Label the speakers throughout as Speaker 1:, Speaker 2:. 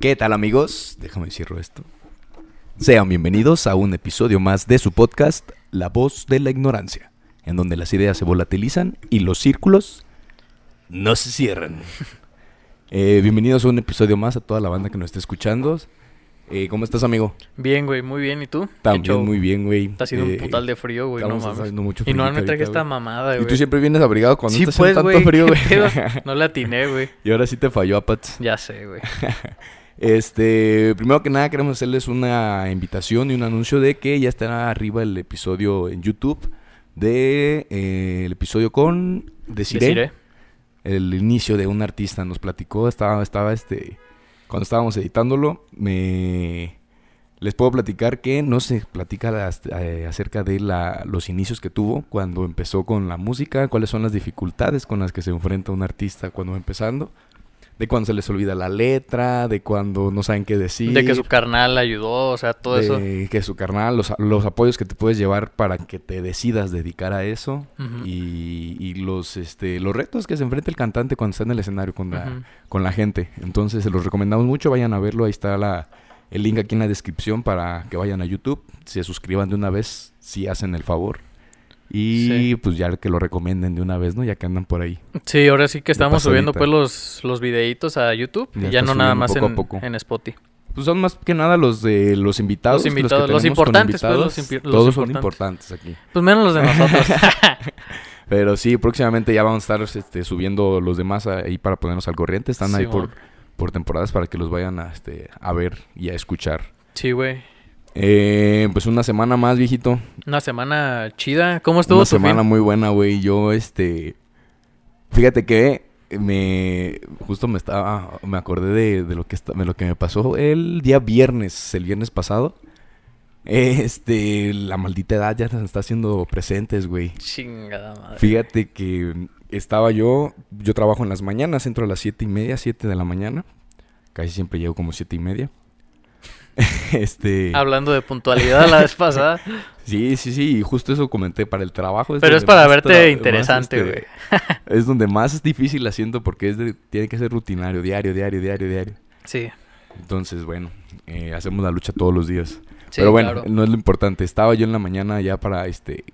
Speaker 1: ¿Qué tal amigos? Déjame cierro esto. Sean bienvenidos a un episodio más de su podcast La voz de la ignorancia, en donde las ideas se volatilizan y los círculos no se cierran. Eh, bienvenidos a un episodio más a toda la banda que nos está escuchando. Eh, ¿Cómo estás, amigo?
Speaker 2: Bien, güey, muy bien. ¿Y tú? ¿Qué show?
Speaker 1: También muy bien, güey.
Speaker 2: Está haciendo
Speaker 1: Eh,
Speaker 2: un putal de frío, güey. No
Speaker 1: estamos
Speaker 2: mames.
Speaker 1: haciendo mucho
Speaker 2: y no me
Speaker 1: frillito
Speaker 2: traje
Speaker 1: ahorita,
Speaker 2: esta
Speaker 1: güey.
Speaker 2: mamada,
Speaker 1: Y
Speaker 2: güey.
Speaker 1: tú siempre vienes abrigado cuando
Speaker 2: sí,
Speaker 1: estás
Speaker 2: pues,
Speaker 1: tanto
Speaker 2: güey,
Speaker 1: frío,
Speaker 2: ¿qué
Speaker 1: güey.
Speaker 2: pedo? No la atiné, güey.
Speaker 1: y ahora sí te falló, Apats.
Speaker 2: Ya sé, güey.
Speaker 1: Este, primero que nada queremos hacerles una invitación y un anuncio de que ya estará arriba el episodio en YouTube de eh, el episodio con Desiree,
Speaker 2: Deciré.
Speaker 1: el inicio de un artista nos platicó, estaba estaba este cuando estábamos editándolo, me les puedo platicar que no se platica las- eh, acerca de la- los inicios que tuvo cuando empezó con la música, cuáles son las dificultades con las que se enfrenta un artista cuando va empezando, de cuando se les olvida la letra, de cuando no saben qué decir,
Speaker 2: De que su carnal la ayudó, o sea, todo
Speaker 1: de
Speaker 2: eso.
Speaker 1: que su carnal, los, los apoyos que te puedes llevar para que te decidas dedicar a eso
Speaker 2: Ujú.
Speaker 1: y, y los, este, los retos que se enfrenta el cantante cuando está en el escenario con la,
Speaker 2: Ujú.
Speaker 1: con la gente. Entonces se los recomendamos mucho, vayan a verlo, ahí está la, el link aquí en la descripción para que vayan a YouTube, se suscriban de una vez si hacen el favor. Y
Speaker 2: Sí.
Speaker 1: pues ya que lo recomienden de una vez, ¿no? Ya que andan por ahí.
Speaker 2: Sí, ahora sí que
Speaker 1: De
Speaker 2: estamos subiendo
Speaker 1: pasadita.
Speaker 2: pues los, los videitos a YouTube
Speaker 1: Ya
Speaker 2: y ya
Speaker 1: está
Speaker 2: no nada
Speaker 1: subiendo
Speaker 2: más
Speaker 1: poco a
Speaker 2: en,
Speaker 1: poco.
Speaker 2: en Spotify.
Speaker 1: Pues son más que nada los de los invitados.
Speaker 2: Los invitados,
Speaker 1: que
Speaker 2: los
Speaker 1: tenemos con
Speaker 2: importantes, pues, los impi- los
Speaker 1: todos son
Speaker 2: importantes.
Speaker 1: importantes aquí.
Speaker 2: Pues menos los de nosotros.
Speaker 1: Pero sí, próximamente ya vamos a estar este, subiendo los demás ahí para ponernos al corriente. Están ahí por,
Speaker 2: Simón.
Speaker 1: por temporadas para que los vayan a, este, a ver y a escuchar.
Speaker 2: Sí, güey.
Speaker 1: Eh, pues una semana más, viejito.
Speaker 2: Una semana chida. ¿Cómo estuvo
Speaker 1: una
Speaker 2: tu fin?
Speaker 1: semana muy buena, güey. Yo, este... Fíjate que me... Justo me estaba... Me acordé de, de lo, que esta- de lo que me pasó el día viernes, el viernes pasado. Este... La maldita edad ya se está haciendo presentes, güey.
Speaker 2: Chingada madre.
Speaker 1: Fíjate que estaba yo, yo trabajo en las mañanas, entro a las siete y media, siete de la mañana. Casi siempre llego como siete y media. este,
Speaker 2: Hablando de puntualidad la vez pasada.
Speaker 1: sí, sí, sí, y justo eso comenté para el trabajo.
Speaker 2: Pero es
Speaker 1: donde
Speaker 2: para
Speaker 1: más
Speaker 2: verte
Speaker 1: tra- más,
Speaker 2: interesante,
Speaker 1: este, es donde más es difícil haciendo porque es de- tiene que ser rutinario, diario, diario, diario, diario.
Speaker 2: Sí.
Speaker 1: Entonces, bueno, eh, hacemos la lucha todos los días.
Speaker 2: Sí,
Speaker 1: Pero bueno,
Speaker 2: claro.
Speaker 1: no es lo importante. Estaba yo en la mañana ya para este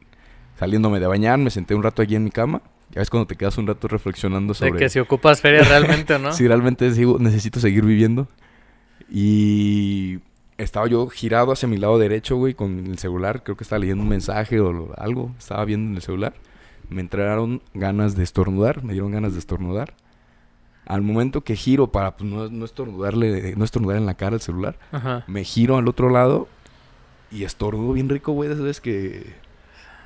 Speaker 1: saliéndome de bañar, me senté un rato allí en mi cama. Ya ves cuando te quedas un rato reflexionando sobre
Speaker 2: De que si ocupas feria realmente, ¿no?
Speaker 1: si realmente sigo- necesito seguir viviendo. Y estaba yo girado hacia mi lado derecho, güey, con el celular. Creo que estaba leyendo un mensaje o lo- algo. Estaba viendo en el celular. Me entraron ganas de estornudar, me dieron ganas de estornudar. Al momento que giro para pues, no, no estornudarle, no estornudar en la cara al celular,
Speaker 2: Ajá.
Speaker 1: me giro al otro lado y estornudo bien rico, güey, de esas veces que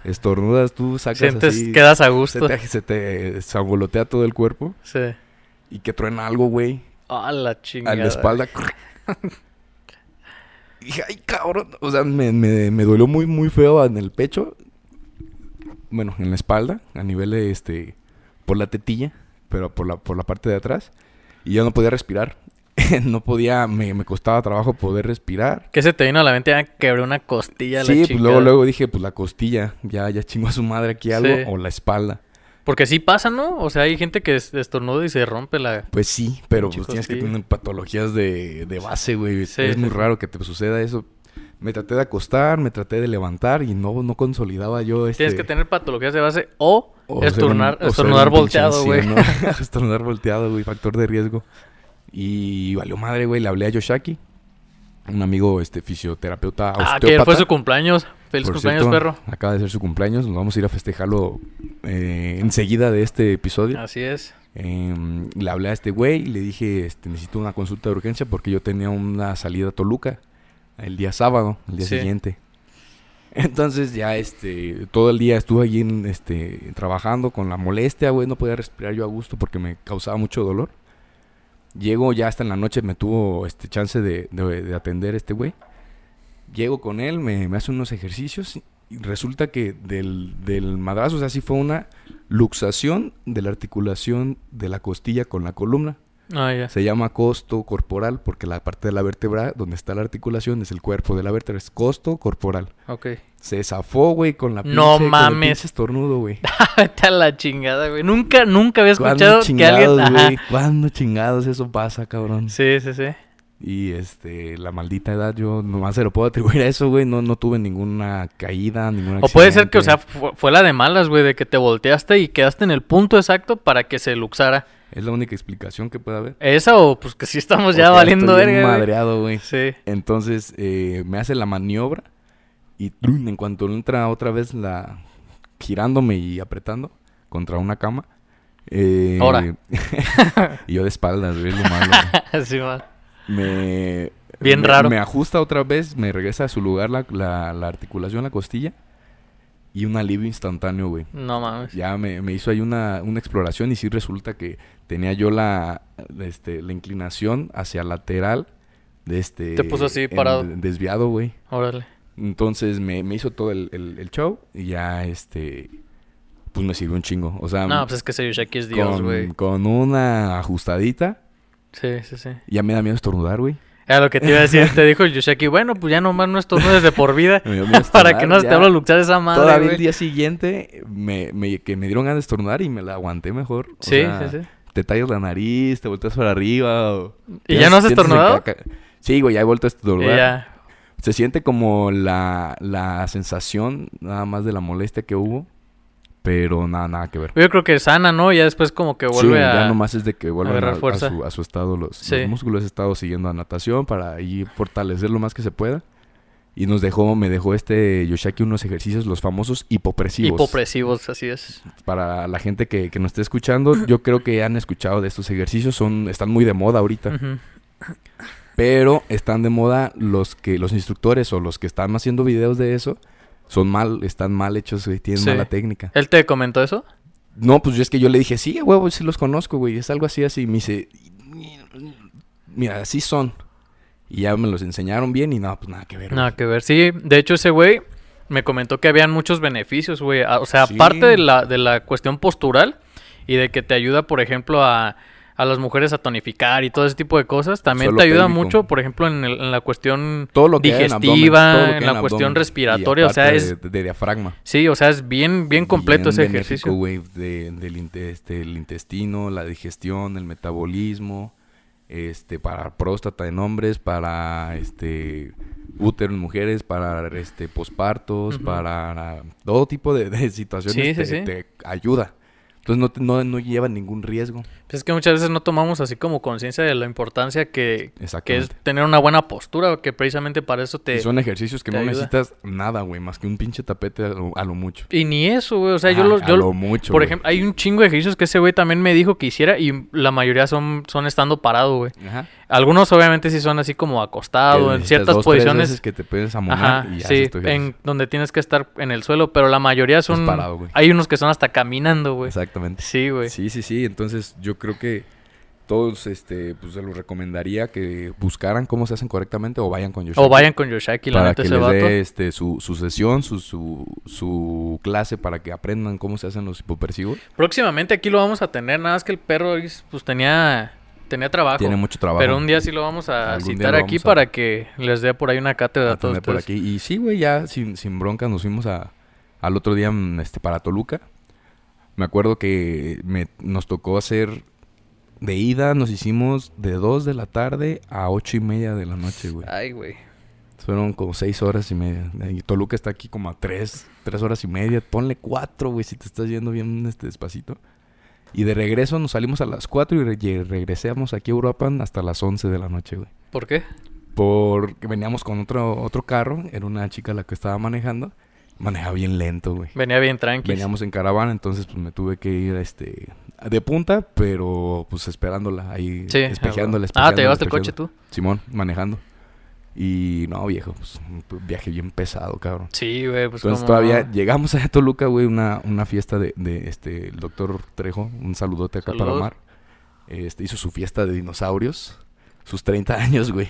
Speaker 1: estornudas tú, sacas
Speaker 2: Sientes,
Speaker 1: así,
Speaker 2: quedas a
Speaker 1: se
Speaker 2: gusto.
Speaker 1: te, se te zangolotea todo el cuerpo
Speaker 2: Sí.
Speaker 1: y que truena algo, güey,
Speaker 2: A la
Speaker 1: a
Speaker 2: chingada.
Speaker 1: la espalda. Y Dije, ay, cabrón. O sea, me, me, me dolió muy, muy feo en el pecho. Bueno, en la espalda, a nivel de este. Por la tetilla, pero por la, por la parte de atrás. Y yo no podía respirar. no podía, me, me costaba trabajo poder respirar.
Speaker 2: ¿Qué se te vino a la mente? Ah, quebré una costilla a la
Speaker 1: sí, pues
Speaker 2: chingada.
Speaker 1: luego, luego dije, pues la costilla, ya, ya chingó a su madre aquí algo,
Speaker 2: Sí.
Speaker 1: o la espalda.
Speaker 2: Porque sí pasa, ¿no? O sea, hay gente que es- estornuda y se rompe la...
Speaker 1: Pues sí, pero
Speaker 2: Pinche
Speaker 1: pues tienes que
Speaker 2: costilla.
Speaker 1: tener patologías de, de base, güey.
Speaker 2: Sí,
Speaker 1: es
Speaker 2: sí,
Speaker 1: muy
Speaker 2: sí.
Speaker 1: raro que te suceda eso. Me traté de acostar, me traté de levantar y no, no consolidaba yo este...
Speaker 2: Tienes que tener patologías de base o,
Speaker 1: o ser
Speaker 2: estornar-
Speaker 1: un- o ser
Speaker 2: estornudar
Speaker 1: un pinche
Speaker 2: volteado, güey.
Speaker 1: anciano. estornudar volteado, güey, factor de riesgo. Y valió madre, güey, le hablé a Yoshaki, un amigo este fisioterapeuta
Speaker 2: Ah,
Speaker 1: osteópata.
Speaker 2: que fue su cumpleaños. Feliz
Speaker 1: Por
Speaker 2: cumpleaños,
Speaker 1: cierto,
Speaker 2: perro.
Speaker 1: Acaba de ser su cumpleaños, nos vamos a ir a festejarlo eh, enseguida de este episodio.
Speaker 2: Así es.
Speaker 1: Em, le hablé a este güey y le dije, este, necesito una consulta de urgencia porque yo tenía una salida a Toluca el día sábado, el día
Speaker 2: Sí.
Speaker 1: siguiente. Entonces ya este, todo el día estuve allí en, este, trabajando con la molestia, güey, no podía respirar yo a gusto porque me causaba mucho dolor. Llego ya hasta en la noche, me tuvo este chance de, de- de atender este güey. Llego con él, me, me hace unos ejercicios y resulta que del, del madrazo, o sea, sí fue una luxación de la articulación de la costilla con la columna.
Speaker 2: Ah, ya.
Speaker 1: Se llama costo corporal porque la parte de la vértebra donde está la articulación es el cuerpo de la vértebra, es costo corporal.
Speaker 2: Ok.
Speaker 1: Se zafó, güey, con la
Speaker 2: No
Speaker 1: con el
Speaker 2: mames.
Speaker 1: pinche estornudo, güey.
Speaker 2: Vete a la chingada, güey. Nunca, nunca había
Speaker 1: ¿Cuándo
Speaker 2: escuchado que alguien...
Speaker 1: chingados,
Speaker 2: Ajá.
Speaker 1: güey? ¿Cuándo chingados eso pasa, cabrón?
Speaker 2: Sí, sí, sí.
Speaker 1: Y este, la maldita edad, yo nomás se lo puedo atribuir a eso, güey. No, no tuve ninguna caída, ninguna.
Speaker 2: O puede ser que, o sea, fu- fue la de malas, güey, de que te volteaste y quedaste en el punto exacto para que se luxara.
Speaker 1: Es la única explicación que puede haber.
Speaker 2: Esa o pues que sí estamos ya
Speaker 1: Porque
Speaker 2: valiendo
Speaker 1: estoy bien
Speaker 2: verga. güey.
Speaker 1: Madreado, güey.
Speaker 2: Sí.
Speaker 1: Entonces eh, me hace la maniobra y ¡trum! en cuanto entra otra vez la girándome y apretando contra una cama. eh,
Speaker 2: Ahora.
Speaker 1: y yo de espaldas, güey, es lo malo, güey.
Speaker 2: sí, man.
Speaker 1: Me,
Speaker 2: Bien
Speaker 1: me-
Speaker 2: raro.
Speaker 1: Me ajusta otra vez, me regresa a su lugar la, la- la articulación, la costilla. Y un alivio instantáneo, güey.
Speaker 2: No mames.
Speaker 1: Ya me, me hizo ahí una, una exploración y sí resulta que tenía yo la, este, la inclinación hacia lateral. De este,
Speaker 2: Te puso así
Speaker 1: en-
Speaker 2: parado.
Speaker 1: desviado, güey.
Speaker 2: Órale.
Speaker 1: Entonces me, me hizo todo el, el- el show y ya este. Pues me sirvió un chingo. O sea,
Speaker 2: No, pues es que ese Yoshaki es Dios, güey.
Speaker 1: con, con una ajustadita.
Speaker 2: Sí, sí, sí.
Speaker 1: Ya me da miedo estornudar, güey.
Speaker 2: Era lo que te iba a decir. te dijo el Yoshaki, bueno, pues ya nomás no estornudes de por vida.
Speaker 1: Me dio miedo
Speaker 2: para que no se te
Speaker 1: estornudar,
Speaker 2: vuelva a
Speaker 1: ya.
Speaker 2: luxar esa madre,
Speaker 1: Todavía
Speaker 2: güey.
Speaker 1: el día siguiente me, me- que me dieron ganas de estornudar y me la aguanté mejor. O
Speaker 2: Sí,
Speaker 1: sea,
Speaker 2: sí, sí.
Speaker 1: Te tallas la nariz, te volteas para arriba. o-
Speaker 2: ¿Y ya no
Speaker 1: sientes
Speaker 2: has
Speaker 1: el
Speaker 2: estornudado?
Speaker 1: caca- Sí, güey, ya he vuelto a estornudar.
Speaker 2: Y ya.
Speaker 1: Se siente como la, la sensación nada más de la molestia que hubo, pero nada, nada que ver.
Speaker 2: Yo creo que sana, ¿no? Ya después como que
Speaker 1: Sí,
Speaker 2: vuelve a...
Speaker 1: ya nomás es de que vuelvan a,
Speaker 2: agarrar
Speaker 1: a
Speaker 2: fuerza.
Speaker 1: su, a su estado los,
Speaker 2: Sí.
Speaker 1: los músculos. He estado siguiendo a natación para ahí fortalecer lo más que se pueda. Y nos dejó, me dejó este Yoshaki unos ejercicios, los famosos hipopresivos.
Speaker 2: Hipopresivos, así es.
Speaker 1: para la gente que, que nos esté escuchando, yo creo que han escuchado de estos ejercicios, son, están muy de moda ahorita.
Speaker 2: Ujú.
Speaker 1: Pero están de moda los que los instructores o los que están haciendo videos de eso son mal, están mal hechos, güey, tienen
Speaker 2: Sí.
Speaker 1: mala técnica.
Speaker 2: ¿Él te comentó eso?
Speaker 1: No, pues yo es que yo le dije, sí, huevo, sí los conozco, güey. Es algo así, así. Y Me dice, mira, así son. Y ya me los enseñaron bien y no, pues nada que ver. güey.
Speaker 2: Nada que ver. Sí, de hecho ese güey me comentó que habían muchos beneficios, güey. Ah, O sea,
Speaker 1: Sí.
Speaker 2: aparte de la, de la cuestión postural y de que te ayuda, por ejemplo, a, a las mujeres a tonificar y todo ese tipo de cosas, también
Speaker 1: Suelo
Speaker 2: te ayuda
Speaker 1: pélvico.
Speaker 2: mucho, por ejemplo, en, el- en la cuestión
Speaker 1: Todo lo que hay en abdomen,
Speaker 2: digestiva,
Speaker 1: todo lo que
Speaker 2: en,
Speaker 1: hay
Speaker 2: la
Speaker 1: abdomen.
Speaker 2: cuestión
Speaker 1: Y
Speaker 2: respiratoria, o sea,
Speaker 1: aparte
Speaker 2: es...
Speaker 1: De, de- de diafragma.
Speaker 2: Sí, o sea, es bien, bien completo
Speaker 1: Bien
Speaker 2: ese
Speaker 1: benéfico,
Speaker 2: ejercicio.
Speaker 1: güey, de- del inte- este, el intestino, la digestión, el metabolismo, este, para próstata en hombres, para este útero en mujeres, para este pospartos,
Speaker 2: Ujú.
Speaker 1: para la- todo tipo de, de situaciones
Speaker 2: Sí, sí,
Speaker 1: te,
Speaker 2: sí.
Speaker 1: te ayuda. Entonces no, te- no, no lleva ningún riesgo.
Speaker 2: Pues es que muchas veces no tomamos así como conciencia de la importancia que, que es
Speaker 1: Exactamente.
Speaker 2: tener una buena postura, que precisamente para eso te...
Speaker 1: y son ejercicios que
Speaker 2: te
Speaker 1: no
Speaker 2: ayuda.
Speaker 1: necesitas nada, güey, más que un pinche tapete a lo, a lo mucho.
Speaker 2: Y ni eso, güey. O sea, yo,
Speaker 1: Ajá,
Speaker 2: los,
Speaker 1: a
Speaker 2: yo-
Speaker 1: lo mucho.
Speaker 2: Por
Speaker 1: güey.
Speaker 2: ejemplo, hay un chingo de ejercicios que ese güey también me dijo que hiciera y la mayoría son, son estando parado, güey.
Speaker 1: Ajá.
Speaker 2: Algunos obviamente sí son así como
Speaker 1: Que
Speaker 2: acostado, en
Speaker 1: necesitas
Speaker 2: ciertas
Speaker 1: dos, tres veces
Speaker 2: posiciones.
Speaker 1: que te puedes amonar
Speaker 2: Ajá,
Speaker 1: y haces
Speaker 2: sí,
Speaker 1: tu ejercicio.
Speaker 2: en donde tienes que estar en el suelo, pero la mayoría son...
Speaker 1: parado, güey.
Speaker 2: hay unos que son hasta caminando, güey.
Speaker 1: Exactamente.
Speaker 2: Sí, güey.
Speaker 1: Sí, sí, sí. Entonces yo creo que todos, este, pues se los recomendaría que buscaran cómo se hacen correctamente o vayan con Yoshiki.
Speaker 2: O vayan con Yoshaki, la
Speaker 1: para
Speaker 2: neta,
Speaker 1: que
Speaker 2: ese
Speaker 1: les
Speaker 2: vato.
Speaker 1: dé este, su, su sesión, su, su, su clase para que aprendan cómo se hacen los hipopresivos.
Speaker 2: Próximamente aquí lo vamos a tener, nada más que el perro pues tenía, tenía trabajo.
Speaker 1: Tiene mucho trabajo.
Speaker 2: Ah, Pero un día sí lo vamos a
Speaker 1: Algún día
Speaker 2: citar
Speaker 1: lo
Speaker 2: aquí
Speaker 1: vamos a-
Speaker 2: para que les dé por ahí una cátedra a
Speaker 1: a
Speaker 2: todos
Speaker 1: tener por
Speaker 2: ustedes.
Speaker 1: aquí. Y sí, güey, ya sin, sin broncas nos fuimos a, al otro día mm, este, para Toluca. Me acuerdo que me, nos tocó hacer de ida, nos hicimos de 2 de la tarde a ocho y media de la noche, güey.
Speaker 2: Ay, güey.
Speaker 1: Fueron como seis horas y media. Y Toluca está aquí como a tres, tres horas y media. Ponle cuatro, güey, si te estás yendo bien este, despacito. Y de regreso nos salimos a las cuatro y re- y regresamos aquí a Europa hasta las once de la noche, güey.
Speaker 2: ¿Por qué?
Speaker 1: Porque veníamos con otro, otro carro. Era una chica la que estaba manejando. Manejaba bien lento, güey.
Speaker 2: Venía bien tranqui.
Speaker 1: Veníamos en caravana, entonces pues me tuve que ir este de punta, pero pues esperándola ahí, espejeándola,
Speaker 2: Sí. Ah, te
Speaker 1: espejeándola,
Speaker 2: llevaste el
Speaker 1: espejeándola.
Speaker 2: coche tú.
Speaker 1: Simón, manejando. Y no, viejo, pues un p- viaje bien pesado, cabrón.
Speaker 2: Sí, güey, pues
Speaker 1: Entonces
Speaker 2: cómo
Speaker 1: todavía
Speaker 2: no.
Speaker 1: llegamos a Toluca, güey, una, una fiesta de, de, este el doctor Trejo, un saludote acá para
Speaker 2: Saludos.
Speaker 1: Omar. Este hizo su fiesta de dinosaurios, sus 30 años, güey.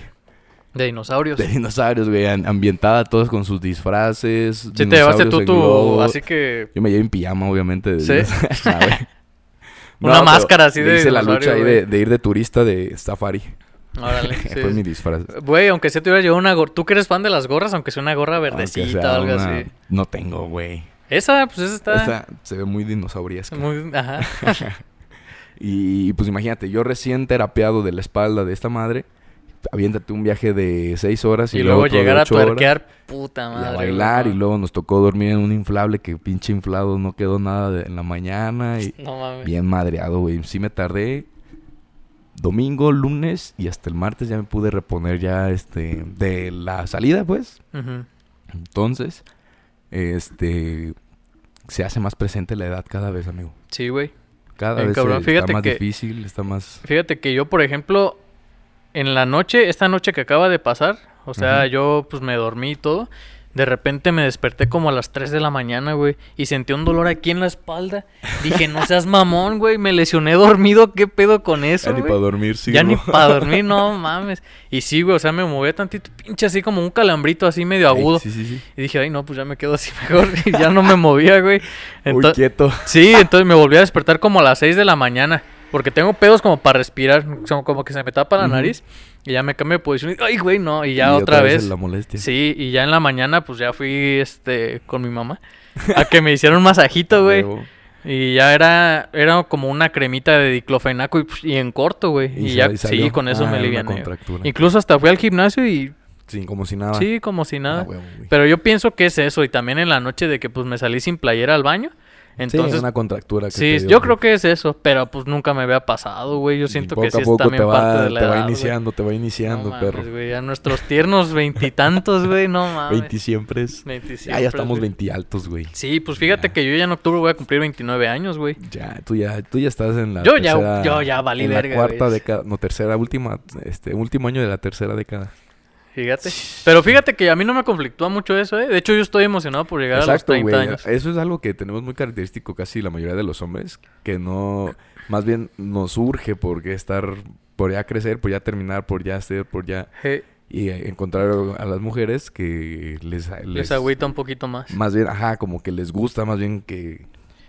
Speaker 2: De dinosaurios.
Speaker 1: De dinosaurios, güey, an- ambientada todos con sus disfraces.
Speaker 2: Sí, te llevaste
Speaker 1: dinosaurios
Speaker 2: tú
Speaker 1: en
Speaker 2: tu.
Speaker 1: globo.
Speaker 2: Así que.
Speaker 1: Yo me llevo en pijama, obviamente. de
Speaker 2: ¿Sí?
Speaker 1: dinosaurio. A ver.
Speaker 2: Una
Speaker 1: pero
Speaker 2: máscara así
Speaker 1: le
Speaker 2: de
Speaker 1: hice la
Speaker 2: dinosaurio,
Speaker 1: lucha ahí
Speaker 2: güey.
Speaker 1: de, de ir de turista de safari.
Speaker 2: Órale. sí.
Speaker 1: Fue mi disfraz.
Speaker 2: Güey, aunque sea te hubiera llevado una gorra. Tú que eres fan de las gorras, aunque sea una gorra
Speaker 1: Aunque
Speaker 2: verdecita
Speaker 1: sea
Speaker 2: o algo
Speaker 1: una-
Speaker 2: así.
Speaker 1: No tengo, güey.
Speaker 2: Esa, pues esa está.
Speaker 1: Esta se ve muy dinosauriesca.
Speaker 2: Muy. Ajá.
Speaker 1: Y pues imagínate, yo recién terapeado de la espalda de esta madre, aviéntate un viaje de seis horas y,
Speaker 2: Y, luego,
Speaker 1: otro de
Speaker 2: llegar a
Speaker 1: ocho horas,
Speaker 2: tuerquear, puta
Speaker 1: y
Speaker 2: madre.
Speaker 1: a bailar
Speaker 2: no.
Speaker 1: y luego nos tocó dormir en un inflable que pinche inflado no quedó nada de- en la mañana y
Speaker 2: No mames.
Speaker 1: bien madreado, güey. Sí me tardé domingo, lunes y hasta el martes ya me pude reponer ya este de la salida, pues.
Speaker 2: Ujú.
Speaker 1: Entonces, este se hace más presente la edad cada vez, amigo.
Speaker 2: Sí, güey.
Speaker 1: Cada
Speaker 2: Eh,
Speaker 1: vez
Speaker 2: cabrón,
Speaker 1: eh,
Speaker 2: fíjate
Speaker 1: está más
Speaker 2: que-
Speaker 1: difícil, está más
Speaker 2: Fíjate que yo, por ejemplo, en la noche, esta noche que acaba de pasar, o sea,
Speaker 1: Ujú.
Speaker 2: yo pues me dormí y todo. De repente me desperté como a las 3 de la mañana, güey, y sentí un dolor aquí en la espalda. Dije, no seas mamón, güey, me lesioné dormido, ¿qué pedo con eso?
Speaker 1: ya ni
Speaker 2: güey?"
Speaker 1: para dormir, sí.
Speaker 2: ya ni
Speaker 1: ¿no?
Speaker 2: para dormir, no mames. Y sí, güey, o sea, me movía tantito, pinche así como un calambrito así medio
Speaker 1: Ey,
Speaker 2: agudo.
Speaker 1: Sí, sí, sí.
Speaker 2: Y dije, ay, no, pues ya me quedo así mejor. y ya no me movía, güey.
Speaker 1: Muy
Speaker 2: Ento-
Speaker 1: quieto.
Speaker 2: Sí, entonces me volví a despertar como a las 6 de la mañana. Porque tengo pedos como para respirar. son Como que se me tapa la
Speaker 1: Ujú.
Speaker 2: nariz. Y ya me cambio de posición. Y, ay, güey, no. Y ya
Speaker 1: Y
Speaker 2: otra, vez.
Speaker 1: La molestia.
Speaker 2: Sí, y ya en la mañana, pues ya fui este con mi mamá. A que me hicieron un masajito, güey.
Speaker 1: Huevo.
Speaker 2: Y ya era, era como una cremita de diclofenaco y, pf, y en corto, güey. Y,
Speaker 1: se-
Speaker 2: ya,
Speaker 1: salió.
Speaker 2: sí, con eso
Speaker 1: Ah,
Speaker 2: me
Speaker 1: era una
Speaker 2: aliviané. güey.
Speaker 1: contractura.
Speaker 2: Incluso hasta fui al gimnasio y
Speaker 1: Sí, como si nada.
Speaker 2: sí, como si nada.
Speaker 1: Ah, huevo, güey.
Speaker 2: Pero yo pienso que es eso. Y también en la noche de que pues me salí sin playera al baño.
Speaker 1: sí,
Speaker 2: Entonces,
Speaker 1: es una contractura. Que
Speaker 2: sí,
Speaker 1: te dio,
Speaker 2: yo
Speaker 1: güey.
Speaker 2: creo que es eso. Pero pues nunca me había pasado, güey. Yo
Speaker 1: Y
Speaker 2: siento
Speaker 1: poco
Speaker 2: que sí
Speaker 1: a
Speaker 2: es
Speaker 1: poco
Speaker 2: también
Speaker 1: te va,
Speaker 2: parte de la
Speaker 1: te va
Speaker 2: edad, güey.
Speaker 1: iniciando, te va
Speaker 2: No
Speaker 1: iniciando,
Speaker 2: mames,
Speaker 1: perro.
Speaker 2: güey, A nuestros tiernos veintitantos, güey. No mames.
Speaker 1: 20 siempre es. Ah,
Speaker 2: Veintisiete,
Speaker 1: Ya, ya estamos
Speaker 2: güey.
Speaker 1: 20 altos, güey.
Speaker 2: Sí, pues fíjate
Speaker 1: Ya.
Speaker 2: que yo ya en octubre voy a cumplir 29 años, güey.
Speaker 1: Ya, tú ya, tú ya estás en la
Speaker 2: Yo ya-
Speaker 1: tercera-
Speaker 2: yo ya valí
Speaker 1: en
Speaker 2: verga,
Speaker 1: la cuarta
Speaker 2: güey.
Speaker 1: década, no, tercera, última, este, último año de la tercera década.
Speaker 2: Fíjate. Pero fíjate que a mí no me conflictúa mucho eso, ¿eh? De hecho, yo estoy emocionado por llegar
Speaker 1: Exacto,
Speaker 2: a los 30
Speaker 1: güey.
Speaker 2: años.
Speaker 1: Eso es algo que tenemos muy característico casi la mayoría de los hombres, que no, más bien nos urge por qué estar, por ya crecer, por ya terminar, por ya hacer, por ya...
Speaker 2: Eh,
Speaker 1: Y eh, encontrar a las mujeres que les... les,
Speaker 2: les agüita un poquito más.
Speaker 1: Más bien, ajá, como que les gusta más bien que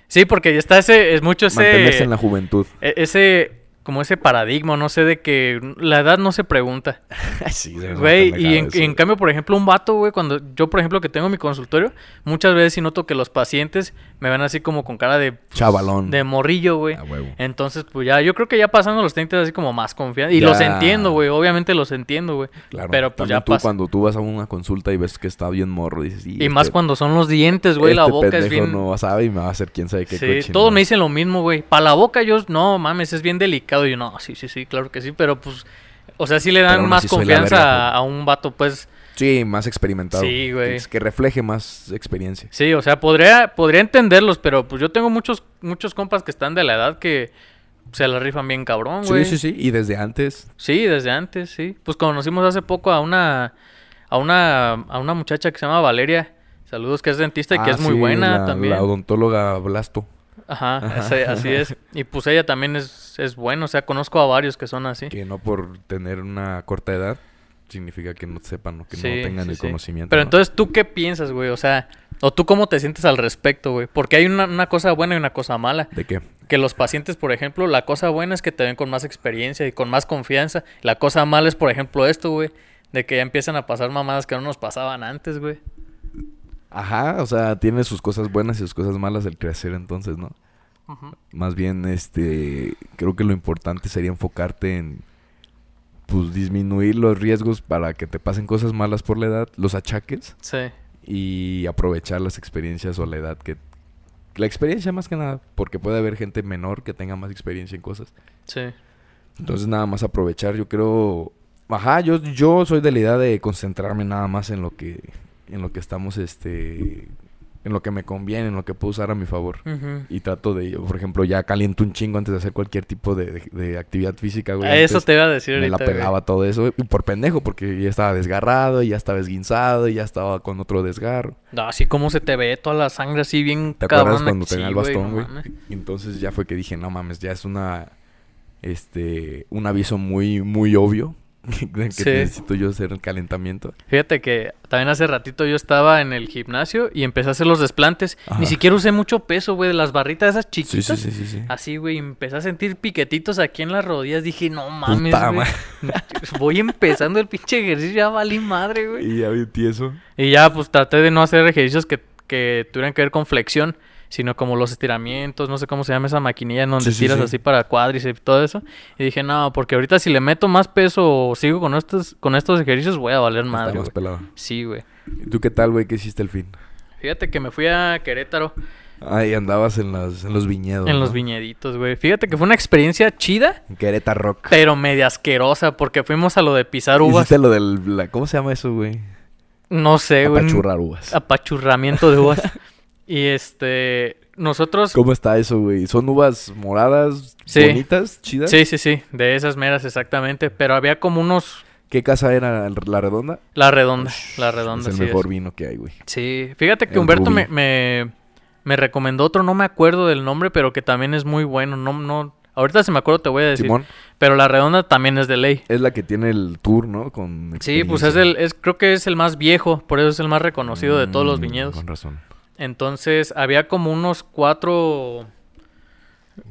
Speaker 2: Sí, porque ya está ese, es mucho
Speaker 1: mantenerse
Speaker 2: ese,
Speaker 1: en la juventud.
Speaker 2: e- ese, como ese paradigma, no sé, de que la edad no se pregunta.
Speaker 1: sí, se me hace
Speaker 2: Güey,
Speaker 1: pendejada
Speaker 2: y en,
Speaker 1: eso,
Speaker 2: y en cambio, por ejemplo, un vato, güey, cuando yo, por ejemplo, que tengo mi consultorio, muchas veces sí noto que los pacientes me ven así como con cara de... pues,
Speaker 1: Chavalón.
Speaker 2: De morrillo, güey.
Speaker 1: A huevo.
Speaker 2: Entonces, pues ya, yo creo que ya pasando los 30 es así como más confianza. Y
Speaker 1: Ya.
Speaker 2: los entiendo, güey, obviamente los entiendo, güey.
Speaker 1: Claro,
Speaker 2: Pero pues
Speaker 1: también
Speaker 2: ya
Speaker 1: tú
Speaker 2: pasa.
Speaker 1: cuando tú vas a una consulta y ves que está bien morro, dices...
Speaker 2: Y más cuando son los dientes, güey, la boca es bien...
Speaker 1: este no sabe y me va a hacer quién sabe qué
Speaker 2: sí,
Speaker 1: cochinada.
Speaker 2: todos me dicen lo mismo, güey. Para la boca yo, no mames, es bien delicado. Y yo, no, sí, sí, sí, claro que sí, pero pues... O sea, sí le
Speaker 1: Pero
Speaker 2: dan
Speaker 1: aún
Speaker 2: más
Speaker 1: así soy la
Speaker 2: confianza
Speaker 1: verga,
Speaker 2: a, a un vato, pues...
Speaker 1: Sí, más experimentado.
Speaker 2: Sí, güey.
Speaker 1: Es Que refleje más experiencia.
Speaker 2: Sí, o sea, podría, podría entenderlos, pero pues yo tengo muchos, muchos compas que están de la edad que se la rifan bien cabrón,
Speaker 1: Sí,
Speaker 2: güey.
Speaker 1: sí, sí. Y desde antes.
Speaker 2: Sí, desde antes, sí. Pues conocimos hace poco a una a una a una muchacha que se llama Valeria. Saludos, que es dentista y que
Speaker 1: Ah,
Speaker 2: es muy
Speaker 1: sí,
Speaker 2: buena
Speaker 1: la-
Speaker 2: también.
Speaker 1: La odontóloga Blasto.
Speaker 2: Ajá, ese- así es. Y pues ella también es, es buena, o sea, conozco a varios que son así.
Speaker 1: Que no por tener una corta edad significa que no sepan o que
Speaker 2: Sí,
Speaker 1: no tengan
Speaker 2: sí,
Speaker 1: el
Speaker 2: sí.
Speaker 1: conocimiento.
Speaker 2: Pero
Speaker 1: ¿no?
Speaker 2: entonces, ¿tú qué piensas, güey? O sea, o tú cómo te sientes al respecto, güey. Porque hay una, una cosa buena y una cosa mala.
Speaker 1: ¿De qué?
Speaker 2: Que los pacientes, por ejemplo, la cosa buena es que te ven con más experiencia y con más confianza. La cosa mala es, por ejemplo, esto, güey. De que ya empiezan a pasar mamadas que no nos pasaban antes, güey.
Speaker 1: Ajá, o sea, tiene sus cosas buenas y sus cosas malas el crecer entonces, ¿no? Más bien, este, creo que lo importante sería enfocarte en, pues, disminuir los riesgos para que te pasen cosas malas por la edad, los achaques,
Speaker 2: Sí.
Speaker 1: y aprovechar las experiencias o la edad que... La experiencia más que nada, porque puede haber gente menor que tenga más experiencia en cosas.
Speaker 2: Sí.
Speaker 1: Entonces nada más aprovechar, yo creo... Ajá, yo, yo soy de la idea de concentrarme nada más en lo que... En lo que estamos, este... En lo que me conviene, en lo que puedo usar a mi favor.
Speaker 2: Ujú.
Speaker 1: Y trato de, por ejemplo, ya caliento un chingo antes de hacer cualquier tipo de, de- de actividad física, güey.
Speaker 2: A Ah, eso
Speaker 1: Antes
Speaker 2: te iba a decir
Speaker 1: Me
Speaker 2: ahorita.
Speaker 1: la
Speaker 2: güey.
Speaker 1: pelaba todo eso, güey. Y por pendejo, porque ya estaba desgarrado, ya estaba esguinzado, ya estaba con otro desgarro.
Speaker 2: No, así como se te ve toda la sangre así bien
Speaker 1: ¿Te acuerdas
Speaker 2: cabrona.
Speaker 1: cuando
Speaker 2: Sí,
Speaker 1: tenía el
Speaker 2: güey,
Speaker 1: bastón,
Speaker 2: no
Speaker 1: güey?
Speaker 2: mames.
Speaker 1: Y entonces ya fue que dije, no mames, ya es una... Este... Un aviso muy, muy obvio. de que
Speaker 2: Sí.
Speaker 1: necesito yo hacer el calentamiento.
Speaker 2: Fíjate que también hace ratito yo estaba en el gimnasio y empecé a hacer los desplantes. Ni
Speaker 1: Ajá.
Speaker 2: siquiera usé mucho peso, güey, de las barritas esas
Speaker 1: Sí,
Speaker 2: chiquitas.
Speaker 1: sí, sí, sí, sí.
Speaker 2: Así, güey, empecé a sentir piquetitos aquí en las rodillas. Dije, no mames,
Speaker 1: Puta
Speaker 2: güey. Voy empezando el pinche ejercicio, ya valí madre, güey.
Speaker 1: Y ya vi tieso.
Speaker 2: Y ya, pues, traté de no hacer ejercicios que, que tuvieran que ver con flexión. sino como los estiramientos, no sé cómo se llama esa maquinilla en donde
Speaker 1: Sí, sí,
Speaker 2: tiras
Speaker 1: sí.
Speaker 2: así para cuádriceps y todo eso. Y dije, no, porque ahorita si le meto más peso o sigo con estos, con estos ejercicios, voy a valer
Speaker 1: Está
Speaker 2: madre.
Speaker 1: más
Speaker 2: güey".
Speaker 1: pelado.
Speaker 2: Sí, güey.
Speaker 1: ¿Y tú qué tal, güey? ¿Qué hiciste el fin?
Speaker 2: Fíjate que me fui a Querétaro
Speaker 1: Ahí andabas en, las, en los viñedos.
Speaker 2: en los
Speaker 1: ¿no?
Speaker 2: viñeditos, güey. Fíjate que fue una experiencia chida,
Speaker 1: En Querétaro Rock.
Speaker 2: pero media asquerosa, porque fuimos a lo de pisar uvas.
Speaker 1: Hiciste lo del... la- ¿Cómo se llama eso, güey?
Speaker 2: No sé, Eh, güey.
Speaker 1: Apachurrar uvas.
Speaker 2: Apachurramiento de uvas. y este. Nosotros.
Speaker 1: ¿Cómo está eso, güey? ¿Son uvas moradas,
Speaker 2: Sí.
Speaker 1: bonitas, chidas?
Speaker 2: Sí, sí, sí. De esas meras, exactamente. Pero había como unos.
Speaker 1: ¿Qué casa era la redonda?
Speaker 2: La redonda. Mm, La
Speaker 1: Ush,
Speaker 2: redonda,
Speaker 1: Es el
Speaker 2: sí.
Speaker 1: mejor
Speaker 2: es.
Speaker 1: vino que hay, güey.
Speaker 2: Sí. Fíjate que
Speaker 1: El
Speaker 2: Humberto me,
Speaker 1: Rubí.
Speaker 2: me, me recomendó otro, no me acuerdo del nombre, pero que también es muy bueno. No, no. Ahorita si me acuerdo te voy a decir.
Speaker 1: Simón
Speaker 2: Pero la redonda también es de ley.
Speaker 1: es la que tiene el tour, ¿no? Con
Speaker 2: Sí, pues
Speaker 1: experiencia.
Speaker 2: es el, es, creo que es el más viejo, por eso es el más reconocido de todos los
Speaker 1: Mm,
Speaker 2: viñedos.
Speaker 1: Con razón.
Speaker 2: Entonces, había como unos cuatro...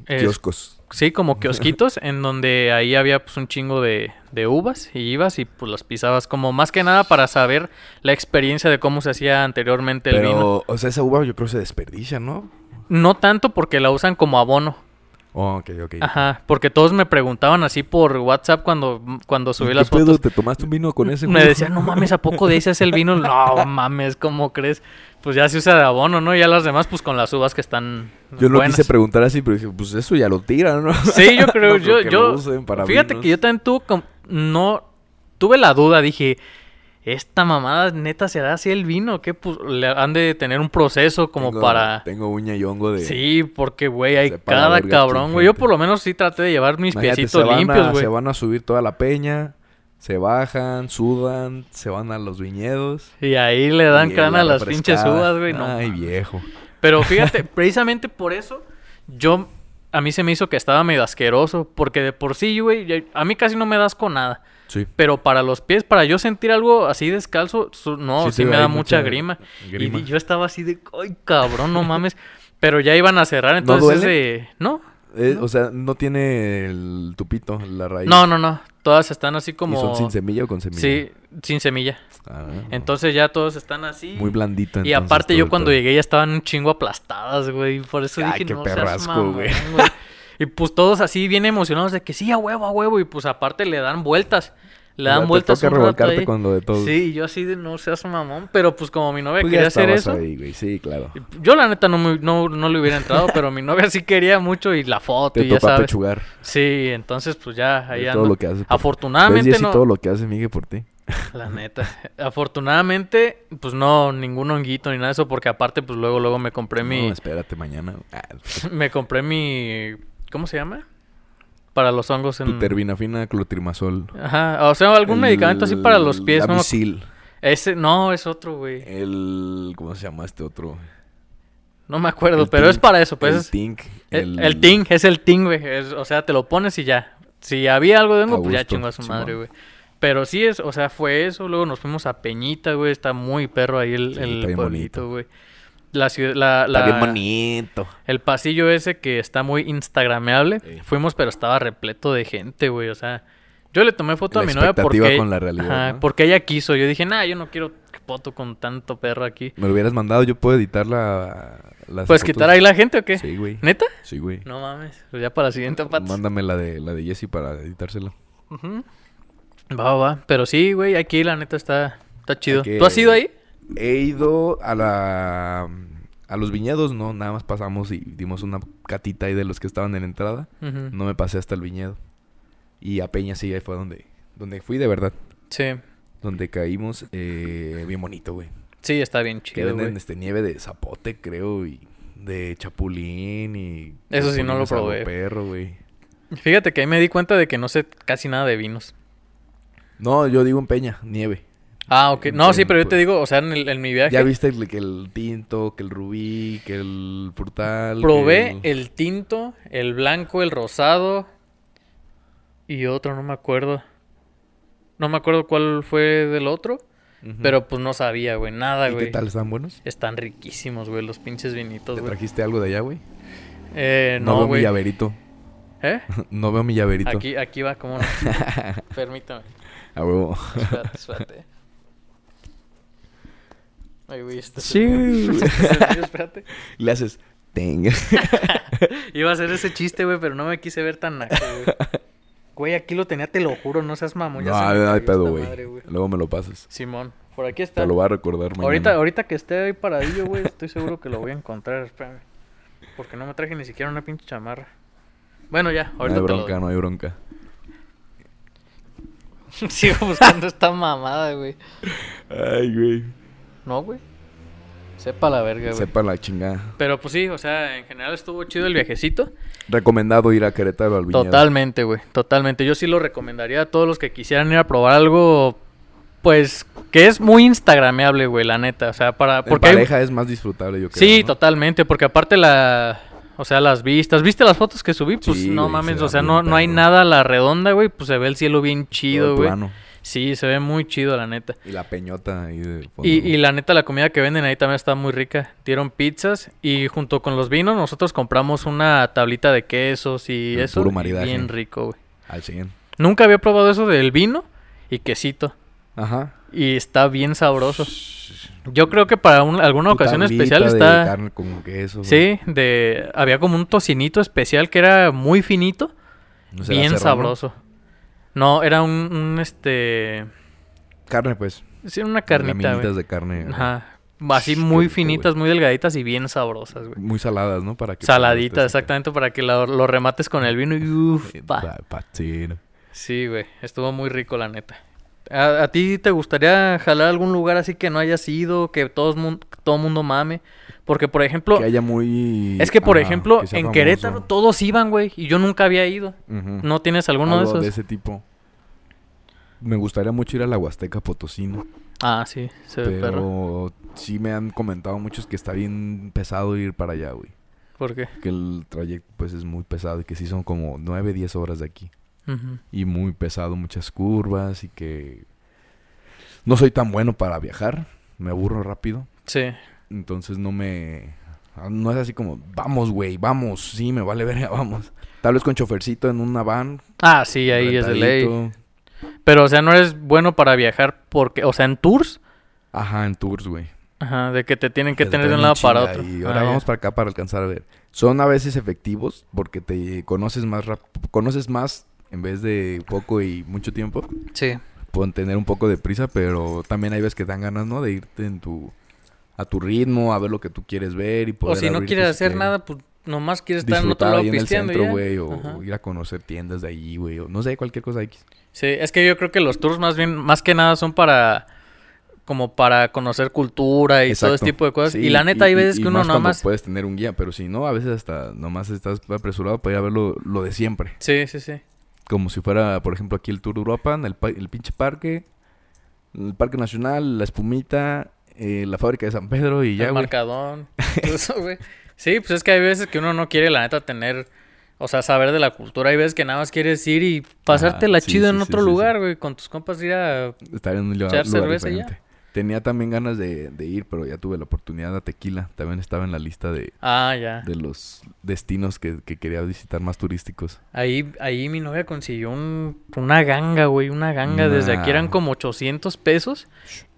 Speaker 2: eh,
Speaker 1: Kioscos.
Speaker 2: sí, como kiosquitos, en donde ahí había pues un chingo de, de uvas y ibas y pues las pisabas como más que nada para saber la experiencia de cómo se hacía anteriormente el
Speaker 1: Pero,
Speaker 2: vino.
Speaker 1: o sea, esa uva yo creo se desperdicia, ¿no?
Speaker 2: No tanto porque la usan como abono.
Speaker 1: Oh, ok, ok.
Speaker 2: Ajá, porque todos me preguntaban así por WhatsApp cuando, cuando subí
Speaker 1: ¿Y
Speaker 2: las
Speaker 1: qué pedo?
Speaker 2: fotos.
Speaker 1: ¿Te tomaste un vino con ese?
Speaker 2: Me
Speaker 1: güey?
Speaker 2: decían, no mames, ¿a poco de ese es el vino? No mames, ¿cómo crees? Pues ya se usa de abono, ¿no? Y ya las demás, pues con las uvas que están.
Speaker 1: Yo no
Speaker 2: buenas.
Speaker 1: quise preguntar así, pero dije, pues eso ya lo tiran, ¿no?
Speaker 2: Sí, yo creo,
Speaker 1: No creo
Speaker 2: yo.
Speaker 1: que
Speaker 2: yo
Speaker 1: lo usen para
Speaker 2: fíjate
Speaker 1: vinos.
Speaker 2: que yo también tuve. com- No. Tuve la duda, dije. Esta mamada neta será así el vino, que pues le han de tener un proceso como
Speaker 1: Tengo-
Speaker 2: para.
Speaker 1: Tengo uña y hongo de...
Speaker 2: Sí, porque güey, hay
Speaker 1: Sepa la
Speaker 2: cada
Speaker 1: verga,
Speaker 2: cabrón, güey. Yo
Speaker 1: gente.
Speaker 2: por lo menos sí traté de llevar mis
Speaker 1: Imagínate,
Speaker 2: piecitos
Speaker 1: se van
Speaker 2: limpios,
Speaker 1: a-
Speaker 2: güey.
Speaker 1: Se van a subir toda la peña, se bajan, sudan, se van a los viñedos.
Speaker 2: Y ahí le dan
Speaker 1: y
Speaker 2: crana a las pinches
Speaker 1: refrescada.
Speaker 2: uvas, güey. No,
Speaker 1: Ay,
Speaker 2: mames.
Speaker 1: viejo.
Speaker 2: Pero fíjate, precisamente por eso, yo. A mí se me hizo que estaba medio asqueroso. Porque de por sí, güey, ya- a mí casi no me das con nada.
Speaker 1: Sí.
Speaker 2: Pero para los pies, para yo sentir algo así descalzo, su- no,
Speaker 1: Sí,
Speaker 2: sí,
Speaker 1: sí,
Speaker 2: me
Speaker 1: hay
Speaker 2: da mucha,
Speaker 1: mucha
Speaker 2: grima.
Speaker 1: grima.
Speaker 2: Y yo estaba así de, ay, cabrón, no mames. Pero ya iban a cerrar,
Speaker 1: ¿No
Speaker 2: entonces.
Speaker 1: duele?
Speaker 2: de- ¿No?
Speaker 1: Eh, O sea, no tiene el tupito, la raíz.
Speaker 2: No, no, no. Todas están así como.
Speaker 1: ¿Y son sin semilla o con semilla?
Speaker 2: Sí, sin semilla.
Speaker 1: Ah,
Speaker 2: Entonces ya todos están así.
Speaker 1: Muy blandito.
Speaker 2: Y
Speaker 1: entonces,
Speaker 2: aparte
Speaker 1: todo
Speaker 2: yo
Speaker 1: el
Speaker 2: cuando
Speaker 1: pedo.
Speaker 2: llegué ya estaban un chingo aplastadas, güey. Por eso
Speaker 1: Ay,
Speaker 2: dije,
Speaker 1: qué
Speaker 2: no
Speaker 1: perro
Speaker 2: seas
Speaker 1: asco,
Speaker 2: mamón,
Speaker 1: güey".
Speaker 2: güey. Y pues todos así bien emocionados de que sí, a huevo, a huevo. Y pues aparte le dan vueltas. Le
Speaker 1: O sea,
Speaker 2: dan vueltas
Speaker 1: Te
Speaker 2: un
Speaker 1: toca
Speaker 2: rato
Speaker 1: revolcarte
Speaker 2: ahí.
Speaker 1: con lo de todo.
Speaker 2: Sí, y yo así de no seas mamón. Pero pues como mi novia
Speaker 1: Pues ya
Speaker 2: quería hacer
Speaker 1: estabas
Speaker 2: eso.
Speaker 1: ahí, güey. Sí, claro.
Speaker 2: y, Yo la neta no, me- no, no le hubiera entrado, pero mi novia sí quería mucho y la foto
Speaker 1: Te
Speaker 2: y pues ya
Speaker 1: toca
Speaker 2: sabes.
Speaker 1: pechugar.
Speaker 2: Sí, entonces pues ya ahí
Speaker 1: de
Speaker 2: ando.
Speaker 1: todo lo que hace. por- ¿Ves,
Speaker 2: Afortunadamente
Speaker 1: Jessy,
Speaker 2: no.
Speaker 1: todo lo que hace Miguel por ti.
Speaker 2: La neta. Afortunadamente, pues no, ningún honguito ni nada de eso, porque aparte, pues luego, luego me compré mi.
Speaker 1: No, espérate mañana. Ah,
Speaker 2: me compré mi. ¿Cómo se llama? Para los hongos
Speaker 1: tu
Speaker 2: en.
Speaker 1: terbinafina, clotrimazol.
Speaker 2: Ajá. O sea, algún
Speaker 1: El-
Speaker 2: medicamento así para los pies, ¿no? me acu-
Speaker 1: Lamisil.
Speaker 2: Ese, no, es otro, güey.
Speaker 1: El... ¿Cómo se llama este otro?
Speaker 2: No me acuerdo,
Speaker 1: El
Speaker 2: pero es
Speaker 1: Ting.
Speaker 2: para eso, pues.
Speaker 1: el
Speaker 2: es-
Speaker 1: Tink.
Speaker 2: El, el ting, es el ting, güey. Es- O sea, te lo pones y ya. Si había algo de hongo, pues ya
Speaker 1: Augusto,
Speaker 2: chingó a su
Speaker 1: Simón.
Speaker 2: madre, güey. Pero sí es, o sea, fue eso. Luego nos fuimos a Peñita, güey. Está muy perro ahí el,
Speaker 1: Sí,
Speaker 2: el
Speaker 1: está bien
Speaker 2: pueblito,
Speaker 1: bonito.
Speaker 2: güey. La ciudad, la,
Speaker 1: Está bien
Speaker 2: la-
Speaker 1: bonito.
Speaker 2: el pasillo ese que está muy instagrameable.
Speaker 1: Sí.
Speaker 2: Fuimos, pero estaba repleto de gente, güey. O sea, yo le tomé foto
Speaker 1: La
Speaker 2: a mi novia
Speaker 1: expectativa
Speaker 2: porque,
Speaker 1: con la realidad, ¿no?
Speaker 2: porque ella quiso. Yo dije, nah, yo no quiero foto con tanto perro aquí.
Speaker 1: Me lo hubieras mandado, yo puedo editar la... Las
Speaker 2: ¿Puedes
Speaker 1: fotos.
Speaker 2: Pues, quitar ahí la gente o qué?
Speaker 1: Sí, güey.
Speaker 2: ¿Neta?
Speaker 1: Sí, güey.
Speaker 2: No mames. Pues ya para la siguiente, Pats.
Speaker 1: Mándame la de, la de Jesse para editársela.
Speaker 2: Ujú. Va, va, va. Pero sí, güey, aquí la neta está, está chido.
Speaker 1: Aquí-
Speaker 2: ¿Tú has ido ahí?
Speaker 1: He ido a la... A los viñedos, no, nada más pasamos y dimos una catita ahí de los que estaban en la entrada.
Speaker 2: Ujú.
Speaker 1: No me pasé hasta el viñedo. Y a Peña sí, ahí fue donde, donde fui de verdad.
Speaker 2: Sí.
Speaker 1: Donde caímos, eh, bien bonito, güey.
Speaker 2: Sí, está bien
Speaker 1: Que
Speaker 2: chido,
Speaker 1: venden
Speaker 2: güey.
Speaker 1: este nieve de zapote, creo, y de chapulín y...
Speaker 2: Eso sí, no lo
Speaker 1: chapulines a lo
Speaker 2: probé.
Speaker 1: Perro, güey. este
Speaker 2: Fíjate que ahí me di cuenta de que no sé casi nada de vinos.
Speaker 1: No, yo digo en Peña, nieve.
Speaker 2: Ah, ok.
Speaker 1: En-
Speaker 2: No, sí,
Speaker 1: en-
Speaker 2: pero yo te digo, o sea, en, el- en mi viaje
Speaker 1: Ya viste el- que el tinto, que el rubí, que el frutal. que
Speaker 2: probé el tinto, el blanco, el rosado y otro, no me acuerdo. No me acuerdo cuál fue del otro,
Speaker 1: Ujú.
Speaker 2: pero pues no sabía, güey, nada,
Speaker 1: ¿Y
Speaker 2: güey.
Speaker 1: qué tal? ¿Están buenos?
Speaker 2: Están riquísimos, güey, los pinches vinitos,
Speaker 1: ¿Te
Speaker 2: güey.
Speaker 1: trajiste algo de allá, güey?
Speaker 2: Eh,
Speaker 1: veo
Speaker 2: no,
Speaker 1: mi
Speaker 2: güey.
Speaker 1: llaverito.
Speaker 2: ¿Eh?
Speaker 1: No veo mi llaverito.
Speaker 2: Aquí, aquí va, como no. Permítame.
Speaker 1: A huevo.
Speaker 2: Espérate, espérate. Ay, güey, este
Speaker 1: Sí.
Speaker 2: se- este se- espérate.
Speaker 1: Le haces... tenga.
Speaker 2: Iba a hacer ese chiste, güey, pero no me quise ver tan naco, güey. Güey, aquí lo tenía, te lo juro, no seas mamón. ya
Speaker 1: no,
Speaker 2: se me
Speaker 1: ay, ay,
Speaker 2: cayó
Speaker 1: pedo,
Speaker 2: esta
Speaker 1: güey.
Speaker 2: madre, güey.
Speaker 1: Luego me lo pasas.
Speaker 2: Simón, por aquí está.
Speaker 1: Te lo voy a recordar mañana.
Speaker 2: Ahorita, ahorita que esté ahí paradillo, güey, estoy seguro que lo voy a encontrar. Espérame. Porque no me traje ni siquiera una pinche chamarra. Bueno, ya,
Speaker 1: no hay
Speaker 2: ahorita te lo
Speaker 1: bronca, no hay bronca.
Speaker 2: doy. Sigo buscando esta mamada, güey.
Speaker 1: Ay, güey.
Speaker 2: No, güey. Sepa la verga, güey.
Speaker 1: Sepa la chingada.
Speaker 2: Pero pues sí, o sea, en general estuvo chido el viajecito.
Speaker 1: Recomendado ir a Querétaro al viñedo.
Speaker 2: Totalmente, güey. Totalmente. Yo sí lo recomendaría a todos los que quisieran ir a probar algo, pues, que es muy instagrameable, güey, la neta. O sea, para...
Speaker 1: En
Speaker 2: Porque hay-
Speaker 1: pareja es más disfrutable, yo creo.
Speaker 2: Sí,
Speaker 1: ¿no?
Speaker 2: totalmente, porque aparte la... O sea, las vistas. ¿Viste las fotos que subí? Pues
Speaker 1: Sí,
Speaker 2: no
Speaker 1: güey,
Speaker 2: mames,
Speaker 1: se
Speaker 2: o
Speaker 1: da
Speaker 2: sea,
Speaker 1: bien
Speaker 2: no, no hay
Speaker 1: perro.
Speaker 2: nada a la redonda, güey. Pues se ve el cielo bien
Speaker 1: Todo
Speaker 2: chido, güey.
Speaker 1: plano.
Speaker 2: Sí, se ve muy chido, la neta.
Speaker 1: Y la peñota ahí de fondo.
Speaker 2: Y, y la neta, la comida que venden ahí también está muy rica. Dieron pizzas y junto con los vinos nosotros compramos una tablita de quesos y
Speaker 1: El
Speaker 2: eso.
Speaker 1: puro
Speaker 2: y
Speaker 1: maridaje.
Speaker 2: Bien rico, güey.
Speaker 1: Al 100.
Speaker 2: Nunca había probado eso del vino y quesito.
Speaker 1: Ajá.
Speaker 2: Y está bien sabroso. Yo creo que para un- alguna
Speaker 1: Tu
Speaker 2: ocasión
Speaker 1: tablita
Speaker 2: especial
Speaker 1: de
Speaker 2: está...
Speaker 1: carne con queso. güey.
Speaker 2: Sí, de había como un tocinito especial que era muy finito,
Speaker 1: ¿No será
Speaker 2: bien
Speaker 1: serrano?
Speaker 2: sabroso. No, era un, un, este,
Speaker 1: Carne, pues.
Speaker 2: sí, era una carnita,
Speaker 1: Laminitas
Speaker 2: güey.
Speaker 1: de carne. güey.
Speaker 2: Ajá. Así
Speaker 1: Qué
Speaker 2: muy
Speaker 1: rico, güey.
Speaker 2: finitas, muy delgaditas y bien sabrosas, güey.
Speaker 1: Muy saladas, ¿no? Para que
Speaker 2: Saladitas,
Speaker 1: para que-
Speaker 2: exactamente, para que lo, lo remates con el vino y uff,
Speaker 1: Eh,
Speaker 2: pa.
Speaker 1: pa- pa- sí, ¿no?
Speaker 2: Sí, güey, estuvo muy rico la neta. ¿A, a ti te gustaría jalar a algún lugar así que no hayas ido, que todo mundo, todo mundo mame? Porque, por ejemplo,
Speaker 1: Que haya muy.
Speaker 2: es que, por
Speaker 1: ajá,
Speaker 2: ejemplo,
Speaker 1: que sea
Speaker 2: en
Speaker 1: famoso.
Speaker 2: Querétaro todos iban, güey, y yo nunca había ido.
Speaker 1: Ujú.
Speaker 2: ¿No tienes alguno de
Speaker 1: Algo
Speaker 2: esos?
Speaker 1: de ese tipo. Me gustaría mucho ir a la Huasteca Potosino.
Speaker 2: Ah, sí, se ve perro.
Speaker 1: Pero sí me han comentado muchos que está bien pesado ir para allá, güey.
Speaker 2: ¿Por qué?
Speaker 1: Que el trayecto pues es muy pesado y que sí son como 9, 10 horas de aquí.
Speaker 2: Ujú.
Speaker 1: Y muy pesado, muchas curvas y que no soy tan bueno para viajar. Me aburro rápido.
Speaker 2: Sí,
Speaker 1: Entonces no me... No es así como, vamos, güey, vamos. Sí, me vale verga, vamos. Tal vez con chofercito en una van.
Speaker 2: Ah, sí, ahí es de ley.
Speaker 1: rentadito.
Speaker 2: Pero, o sea, no eres bueno para viajar porque, o sea, en tours,
Speaker 1: Ajá, en tours, güey.
Speaker 2: ajá, de que te tienen que
Speaker 1: te
Speaker 2: tener de
Speaker 1: traen
Speaker 2: un
Speaker 1: en
Speaker 2: lado para
Speaker 1: chinga
Speaker 2: otro.
Speaker 1: Y ahora
Speaker 2: Ah, ya.
Speaker 1: vamos para acá para alcanzar a ver. Son a veces efectivos porque te conoces más rap- conoces más en vez de poco y mucho tiempo.
Speaker 2: Sí,
Speaker 1: Pueden tener un poco de prisa, pero también hay veces que te dan ganas, ¿no? De irte en tu a tu ritmo, a ver lo que tú quieres ver y poder
Speaker 2: o si no
Speaker 1: abrir
Speaker 2: quieres
Speaker 1: tus
Speaker 2: hacer
Speaker 1: que-
Speaker 2: nada, pues nomás quieres estar en otro
Speaker 1: disfrutar
Speaker 2: lado
Speaker 1: ahí en el
Speaker 2: pisteando y
Speaker 1: centro,
Speaker 2: ya.
Speaker 1: güey, o
Speaker 2: Ajá.
Speaker 1: ir a conocer tiendas de allí, güey, o no sé, cualquier cosa X.
Speaker 2: Sí, es que yo creo que los tours más bien, más que nada son para como para conocer cultura y todo
Speaker 1: Exacto.
Speaker 2: ese tipo de cosas.
Speaker 1: Sí,
Speaker 2: Pues, y la neta hay veces
Speaker 1: y
Speaker 2: que uno
Speaker 1: más cuando
Speaker 2: nomás...
Speaker 1: puedes tener un guía, pero si no, a veces hasta nomás estás apresurado para ir a ver lo- lo de siempre.
Speaker 2: Sí, sí, sí.
Speaker 1: Como si fuera, por ejemplo, aquí el Tour de Uruapan, el, pa- el pinche parque, el Parque Nacional, la Espumita, eh, la fábrica de San Pedro y ya,
Speaker 2: el
Speaker 1: güey.
Speaker 2: marcadón. todo eso, güey. Sí, pues es que hay veces que uno no quiere, la neta, tener, o sea, saber de la cultura. Hay veces que nada más quieres ir y pasártela
Speaker 1: Ajá, sí,
Speaker 2: chido
Speaker 1: sí,
Speaker 2: en
Speaker 1: sí,
Speaker 2: otro
Speaker 1: sí, sí.
Speaker 2: lugar, güey, con tus compas ir a...
Speaker 1: Estar en un lugar,
Speaker 2: echar
Speaker 1: lugar
Speaker 2: cerveza y ya.
Speaker 1: diferente. Tenía también ganas de, de ir, pero ya tuve la oportunidad a Tequila. También estaba en la lista de,
Speaker 2: Ah, ya.
Speaker 1: de los destinos que, que quería visitar más turísticos.
Speaker 2: Ahí, ahí mi novia consiguió un, una ganga, güey, una ganga. Desde aquí eran
Speaker 1: Nah.
Speaker 2: como 800 pesos,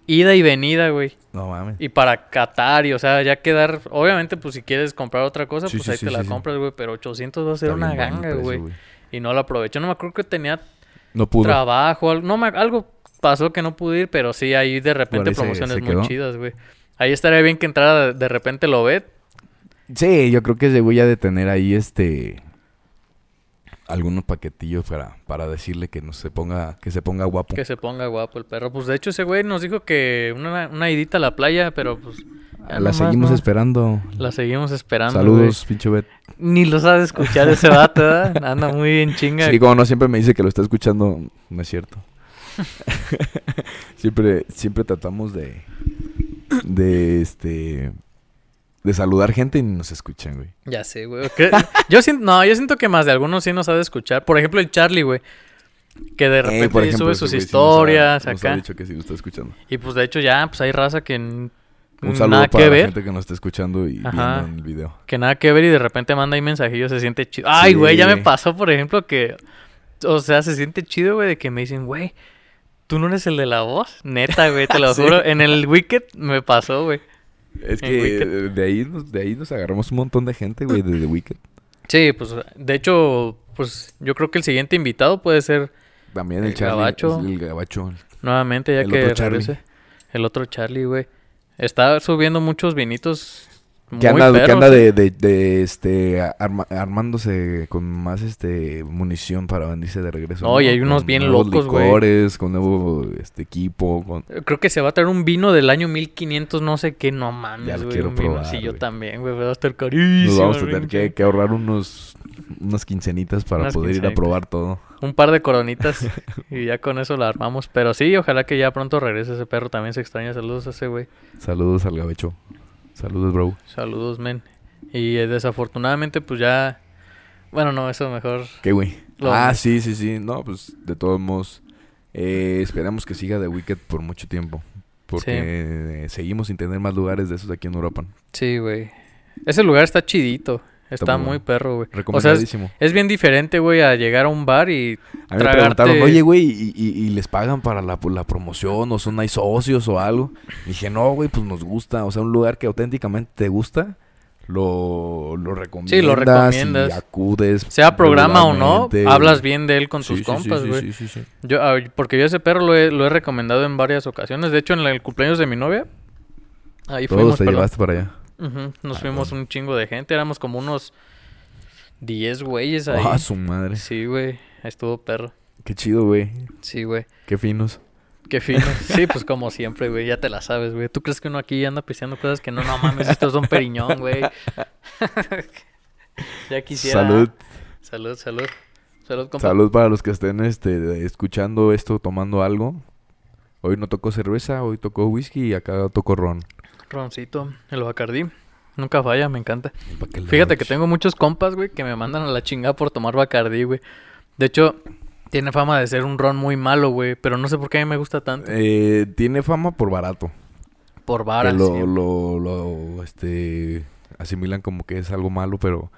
Speaker 2: ida y venida, güey.
Speaker 1: No mames.
Speaker 2: Y para Qatar, y o sea, ya quedar... Obviamente, pues si quieres comprar otra cosa,
Speaker 1: Sí,
Speaker 2: pues
Speaker 1: sí,
Speaker 2: ahí
Speaker 1: sí,
Speaker 2: te la
Speaker 1: sí, sí.
Speaker 2: compras, güey. Pero 800 va a ser
Speaker 1: Está
Speaker 2: una
Speaker 1: bien bueno el
Speaker 2: ganga,
Speaker 1: precio,
Speaker 2: güey. Y no la aprovechó. No me acuerdo que tenía
Speaker 1: No pudo.
Speaker 2: trabajo, algo, no me- algo pasó que no pude ir, pero sí, ahí de repente
Speaker 1: ahí se-
Speaker 2: promociones
Speaker 1: se quedó.
Speaker 2: muy chidas, güey. Ahí estaría bien que entrara de, de repente Lobet.
Speaker 1: Sí, yo creo que se voy a detener ahí este algunos paquetillos para, para decirle que no se ponga, que se ponga guapo.
Speaker 2: que se ponga guapo el perro. Pues de hecho ese güey nos dijo que una, una idita a la playa, pero pues ya
Speaker 1: la
Speaker 2: nomás
Speaker 1: seguimos
Speaker 2: no.
Speaker 1: esperando.
Speaker 2: la seguimos esperando.
Speaker 1: Saludos, pinche Bet.
Speaker 2: güey. Ni los has de escuchar ese vato, ¿verdad? Anda muy bien chinga.
Speaker 1: Sí, como no siempre me dice que lo está escuchando, no es cierto. siempre, siempre tratamos de, de este, de saludar gente y ni nos escuchan, güey.
Speaker 2: Ya sé, güey. Cre- Yo siento, no, yo siento que más de algunos sí nos ha de escuchar. Por ejemplo, el Charlie, güey. Que de repente
Speaker 1: Eh, por
Speaker 2: ahí
Speaker 1: ejemplo,
Speaker 2: sube
Speaker 1: ese
Speaker 2: sus
Speaker 1: güey sí nos ha- nos
Speaker 2: historias
Speaker 1: ha
Speaker 2: acá.
Speaker 1: dicho que sí lo está escuchando.
Speaker 2: Y pues de hecho ya, pues hay raza que n-
Speaker 1: Un saludo
Speaker 2: Mm, nada
Speaker 1: para
Speaker 2: que
Speaker 1: la
Speaker 2: ver,
Speaker 1: gente que nos está escuchando y
Speaker 2: Ajá.
Speaker 1: viendo en el video.
Speaker 2: que nada que ver y de repente manda ahí mensajillos, se siente chido. Ay, güey, ya me
Speaker 1: Sí.
Speaker 2: pasó, por ejemplo, que, o sea, se siente chido, güey, de que me dicen, güey, tú no eres el de la voz, neta, güey, te lo
Speaker 1: Sí.
Speaker 2: juro. En el Wicked me pasó, güey.
Speaker 1: Es
Speaker 2: En
Speaker 1: que
Speaker 2: Wicked.
Speaker 1: eh, de ahí, nos, de ahí nos agarramos un montón de gente, güey, de The Wicked.
Speaker 2: Sí, pues de hecho, pues yo creo que el siguiente invitado puede ser
Speaker 1: También el,
Speaker 2: El
Speaker 1: Charlie.
Speaker 2: gabacho.
Speaker 1: El gabacho.
Speaker 2: nuevamente, ya
Speaker 1: El
Speaker 2: que
Speaker 1: otro Charlie.
Speaker 2: regrese el otro Charlie, güey. Está subiendo muchos vinitos.
Speaker 1: Que
Speaker 2: muy
Speaker 1: anda, que
Speaker 2: perros,
Speaker 1: anda
Speaker 2: eh.
Speaker 1: de, de, de, este, arma- armándose con más este munición para venirse de regreso.
Speaker 2: No, y hay unos
Speaker 1: Con
Speaker 2: bien
Speaker 1: nuevos
Speaker 2: locos, güey.
Speaker 1: licores, con nuevo este, equipo. Con...
Speaker 2: Creo que se va a traer un vino del año 1500, no sé qué, no mames,
Speaker 1: Ya lo
Speaker 2: güey.
Speaker 1: quiero
Speaker 2: un vino
Speaker 1: probar,
Speaker 2: así, yo
Speaker 1: güey.
Speaker 2: también, güey, va a estar
Speaker 1: Nos
Speaker 2: carísimo.
Speaker 1: vamos a
Speaker 2: güey,
Speaker 1: tener que, que ahorrar unos, unas quincenitas para
Speaker 2: Unas
Speaker 1: poder ir a
Speaker 2: quincenitas.
Speaker 1: probar todo.
Speaker 2: Un par de coronitas y ya con eso la armamos. Pero sí, ojalá que ya pronto regrese ese perro, también se extraña. Saludos a ese güey.
Speaker 1: Saludos al gabacho. Saludos, bro.
Speaker 2: Saludos, men. Y eh, desafortunadamente, pues ya... Bueno, no, eso mejor...
Speaker 1: ¿Qué, güey?
Speaker 2: Lo-
Speaker 1: Ah, sí, sí, sí. No, pues de todos modos, eh, esperamos que siga The Wicked por mucho tiempo. Porque eh, seguimos sin tener más lugares de esos aquí en Europa.
Speaker 2: Sí, güey. Ese lugar está chidito. Está,
Speaker 1: Está muy
Speaker 2: muy
Speaker 1: bueno.
Speaker 2: perro, güey. O sea, es,
Speaker 1: Recomendadísimo.
Speaker 2: es bien diferente, güey, a llegar a un bar y...
Speaker 1: A mí me
Speaker 2: tragarte-
Speaker 1: preguntaron, oye, güey, y, y- y les pagan para la, por la promoción o son hay socios o algo? Y dije, no, güey, pues nos gusta. O sea, un lugar que auténticamente te gusta, lo, lo recomiendas.
Speaker 2: recomiendas.
Speaker 1: Y acudes.
Speaker 2: Sea programa o no,
Speaker 1: regularmente.
Speaker 2: hablas bien de él con
Speaker 1: Sí,
Speaker 2: tus
Speaker 1: sí, sí,
Speaker 2: compas,
Speaker 1: sí,
Speaker 2: güey.
Speaker 1: sí, sí, sí.
Speaker 2: Yo, a- porque yo ese perro lo he, lo he recomendado en varias ocasiones. De hecho, en la- el cumpleaños de mi novia, ahí
Speaker 1: Todos
Speaker 2: fuimos.
Speaker 1: te
Speaker 2: perdón.
Speaker 1: llevaste para allá.
Speaker 2: Ujú, Nos
Speaker 1: Ah,
Speaker 2: fuimos un chingo de gente. Éramos como unos 10 güeyes ahí.
Speaker 1: Ah, su madre.
Speaker 2: sí, güey. Estuvo perro.
Speaker 1: Qué chido, güey.
Speaker 2: Sí, güey.
Speaker 1: Qué finos.
Speaker 2: Qué fino. Sí, pues como siempre, güey. Ya te la sabes, güey. ¿Tú crees que uno aquí anda pisteando cosas que no, no mames? Estos son periñón, güey. ya quisiera.
Speaker 1: Salud.
Speaker 2: Salud, salud. Salud, compa.
Speaker 1: Salud para los que estén este, escuchando esto, tomando algo. Hoy no tocó cerveza, hoy tocó whisky y acá tocó ron.
Speaker 2: Roncito. El bacardí. Nunca falla, me encanta. Fíjate que tengo muchos compas, güey, que me mandan a la chingada por tomar Bacardí, güey. De hecho, tiene fama de ser un ron muy malo, güey, pero no sé por qué a mí me gusta tanto.
Speaker 1: Eh, tiene fama por barato.
Speaker 2: por
Speaker 1: que
Speaker 2: varas.
Speaker 1: lo,
Speaker 2: siempre.
Speaker 1: lo, lo, este, asimilan como que es algo malo, pero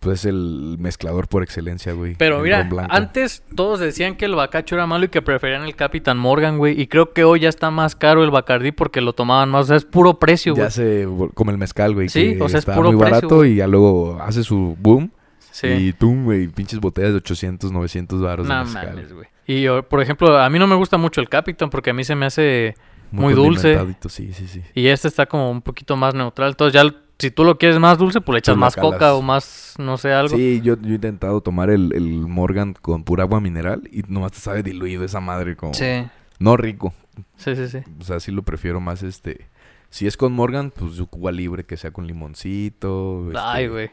Speaker 1: pues es el mezclador por excelencia, güey.
Speaker 2: Pero
Speaker 1: el
Speaker 2: mira,
Speaker 1: ron blanco.
Speaker 2: antes todos decían que el bacacho era malo y que preferían el Capitán Morgan, güey, y creo que hoy ya está más caro el Bacardí porque lo tomaban más, o sea, es puro precio, güey.
Speaker 1: ya se vol- como el mezcal, güey.
Speaker 2: Sí,
Speaker 1: que
Speaker 2: o sea, es
Speaker 1: está
Speaker 2: puro
Speaker 1: muy
Speaker 2: precio,
Speaker 1: barato
Speaker 2: güey.
Speaker 1: y ya luego hace su boom
Speaker 2: Sí.
Speaker 1: y tum, güey, pinches botellas de 800, 900 baros
Speaker 2: No
Speaker 1: de mezcal.
Speaker 2: mames, güey. Y yo, por ejemplo, a mí no me gusta mucho el Capitán porque a mí se me hace muy dulce.
Speaker 1: condimentadito, Sí, sí, sí.
Speaker 2: Y este está como un poquito más neutral. Entonces ya, l- si tú lo quieres más dulce, pues le echas
Speaker 1: lo
Speaker 2: más coca
Speaker 1: calas.
Speaker 2: o más, no sé, algo.
Speaker 1: Sí, yo, yo he intentado tomar el, el Morgan con pura agua mineral y nomás te sabe diluido esa madre como...
Speaker 2: sí,
Speaker 1: No rico.
Speaker 2: sí, sí. sí.
Speaker 1: O sea, sí lo prefiero más este... Si es con Morgan, pues yo Cuba libre, que sea con limoncito. este,
Speaker 2: Ay, güey.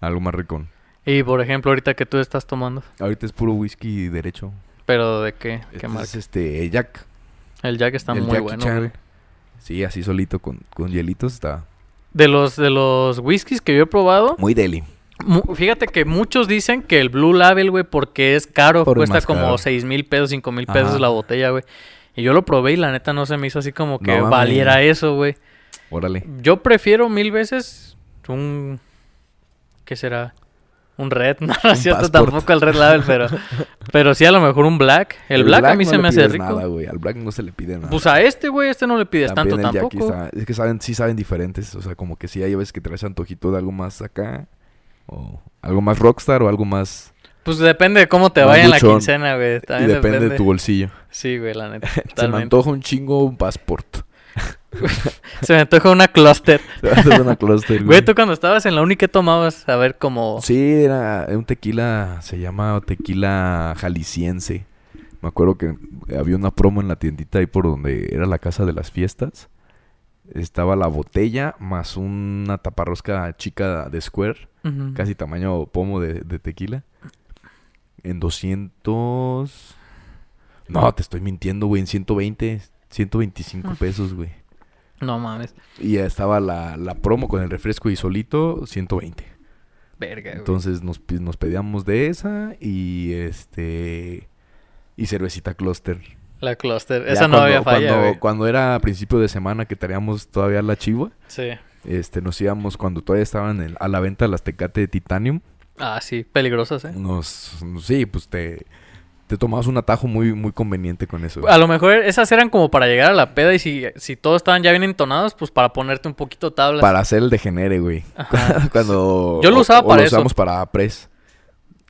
Speaker 1: Algo más rico.
Speaker 2: Y por ejemplo, ahorita que tú estás tomando,
Speaker 1: Ahorita es puro whisky derecho.
Speaker 2: pero ¿de qué? ¿Qué
Speaker 1: Este
Speaker 2: marca?
Speaker 1: es este Jack.
Speaker 2: El Jack está
Speaker 1: del
Speaker 2: muy
Speaker 1: Jackie
Speaker 2: bueno,
Speaker 1: Chan.
Speaker 2: güey.
Speaker 1: Sí, así solito con, con hielitos está
Speaker 2: De los, de los whiskies que yo he probado,
Speaker 1: muy deli.
Speaker 2: mu- fíjate que muchos dicen que el Blue Label, güey, porque es caro,
Speaker 1: Por
Speaker 2: cuesta
Speaker 1: más
Speaker 2: como
Speaker 1: caro.
Speaker 2: seis mil pesos, cinco mil
Speaker 1: Ajá.
Speaker 2: pesos la botella, güey. Y yo lo probé y la neta no se me hizo así como que
Speaker 1: No mames.
Speaker 2: valiera eso, güey.
Speaker 1: Órale.
Speaker 2: Yo prefiero mil veces un... ¿Qué será? Un red, no, no es cierto,
Speaker 1: passport.
Speaker 2: tampoco el red label, pero... pero sí a lo mejor un black. El, black, a mí
Speaker 1: no
Speaker 2: se
Speaker 1: le
Speaker 2: me hace
Speaker 1: pides
Speaker 2: rico.
Speaker 1: Nada, güey. Al black no se le pide nada.
Speaker 2: pues a este, güey, este no le pides
Speaker 1: También
Speaker 2: tanto
Speaker 1: el Jackie
Speaker 2: tampoco.
Speaker 1: está- es que saben, sí saben diferentes. O sea, como que sí hay veces que traes antojito de algo más acá. O algo más rockstar o algo más...
Speaker 2: Pues depende de cómo te
Speaker 1: Más
Speaker 2: vaya en la
Speaker 1: luchón.
Speaker 2: quincena, güey.
Speaker 1: y
Speaker 2: También
Speaker 1: depende, de tu bolsillo.
Speaker 2: Sí, güey, la neta.
Speaker 1: Se me
Speaker 2: Totalmente.
Speaker 1: antoja un chingo un passport.
Speaker 2: Se me antoja una cluster.
Speaker 1: Se va a hacer una cluster, güey.
Speaker 2: Güey, tú cuando estabas en la uni, ¿qué tomabas? A ver, como...
Speaker 1: Sí, era un tequila, se llama tequila jalisciense. Me acuerdo que había una promo en la tiendita ahí por donde era la casa de las fiestas. Estaba la botella más una taparrosca chica de Square,
Speaker 2: Ujú.
Speaker 1: casi tamaño pomo de, de tequila. En 200... No, te estoy mintiendo, güey, en 120, 125
Speaker 2: Mm.
Speaker 1: pesos, güey.
Speaker 2: No mames.
Speaker 1: Y estaba la, la promo con el refresco y solito, 120.
Speaker 2: Verga, güey.
Speaker 1: Entonces nos, pi- nos pedíamos de esa y este y cervecita cluster.
Speaker 2: La cluster.
Speaker 1: Ya
Speaker 2: Esa no
Speaker 1: cuando-
Speaker 2: había falla,
Speaker 1: cuando,
Speaker 2: güey.
Speaker 1: cuando era a principio de semana que traíamos todavía la chiva,
Speaker 2: Sí.
Speaker 1: este nos íbamos cuando todavía estaban en- a la venta las Tecate de Titanium.
Speaker 2: Ah, sí. Peligrosas, ¿eh?
Speaker 1: Nos sí, pues te te tomabas un atajo muy, muy conveniente con eso.
Speaker 2: A lo mejor esas eran como para llegar a la peda y si, si todos estaban ya bien entonados, pues para ponerte un poquito tablas.
Speaker 1: Para hacer el degenere, güey.
Speaker 2: Ajá.
Speaker 1: Cuando...
Speaker 2: Yo lo usaba
Speaker 1: o
Speaker 2: para
Speaker 1: lo
Speaker 2: eso.
Speaker 1: usamos para press.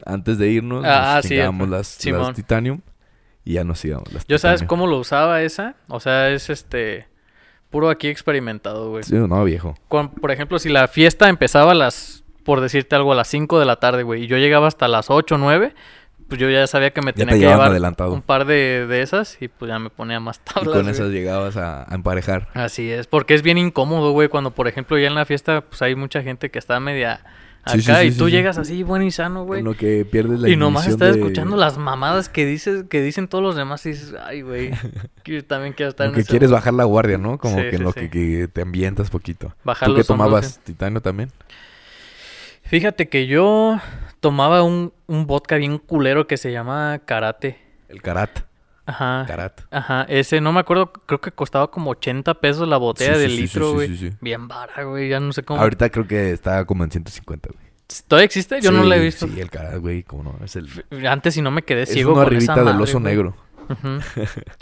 Speaker 1: Antes de irnos,
Speaker 2: Ah,
Speaker 1: nos
Speaker 2: sí,
Speaker 1: chingábamos las,
Speaker 2: Simón.
Speaker 1: las titanium y ya nos íbamos. Las
Speaker 2: ¿Yo sabes
Speaker 1: Titanium.
Speaker 2: cómo lo usaba esa? O sea, es este... Puro aquí experimentado, güey.
Speaker 1: Sí, no, viejo.
Speaker 2: Con- por ejemplo, si la fiesta empezaba a las, por decirte algo, a las 5 de la tarde, güey, y yo llegaba hasta las 8 o 9, pues yo ya sabía que me
Speaker 1: Ya
Speaker 2: tenía
Speaker 1: te
Speaker 2: que
Speaker 1: llevaban
Speaker 2: llevar
Speaker 1: adelantado.
Speaker 2: un par de, de esas y pues ya me ponía más
Speaker 1: Y
Speaker 2: tablas.
Speaker 1: con
Speaker 2: güey.
Speaker 1: esas llegabas a, a emparejar.
Speaker 2: Así es, porque es bien incómodo, güey, cuando por ejemplo ya en la fiesta pues hay mucha gente que está media acá
Speaker 1: Sí, sí, sí,
Speaker 2: y
Speaker 1: sí,
Speaker 2: tú
Speaker 1: sí.
Speaker 2: llegas así bueno y sano, güey.
Speaker 1: Con lo que pierdes la
Speaker 2: Y nomás
Speaker 1: inhibición
Speaker 2: estás
Speaker 1: de-
Speaker 2: escuchando las mamadas que dices, que dicen todos los demás y dices, ay, güey, yo también quiero estar
Speaker 1: Como
Speaker 2: en
Speaker 1: que
Speaker 2: ese-
Speaker 1: quieres bajar la guardia, ¿no? Como
Speaker 2: Sí,
Speaker 1: que en
Speaker 2: sí,
Speaker 1: lo
Speaker 2: sí.
Speaker 1: que, que te ambientas poquito.
Speaker 2: bajar
Speaker 1: ¿Tú qué
Speaker 2: los hombros,
Speaker 1: tomabas? ¿Titano también?
Speaker 2: Fíjate que yo tomaba un, un vodka bien culero que se llama karate.
Speaker 1: El karat.
Speaker 2: Ajá.
Speaker 1: Karat.
Speaker 2: Ajá. Ese, no me acuerdo, creo que costaba como 80 pesos la botella
Speaker 1: Sí,
Speaker 2: de
Speaker 1: sí, sí,
Speaker 2: litro,
Speaker 1: sí, sí,
Speaker 2: güey.
Speaker 1: sí, sí.
Speaker 2: Bien vara, güey. Ya no sé cómo.
Speaker 1: Ahorita creo que está como en 150, güey.
Speaker 2: ¿Todavía existe? Eh, Yo no
Speaker 1: Sí,
Speaker 2: la he visto.
Speaker 1: Sí, el karat, güey, como no. Es el.
Speaker 2: Antes si no me quedé
Speaker 1: Es
Speaker 2: ciego
Speaker 1: uno
Speaker 2: con esa
Speaker 1: arribita del
Speaker 2: madre,
Speaker 1: oso
Speaker 2: güey.
Speaker 1: negro.
Speaker 2: Ujú.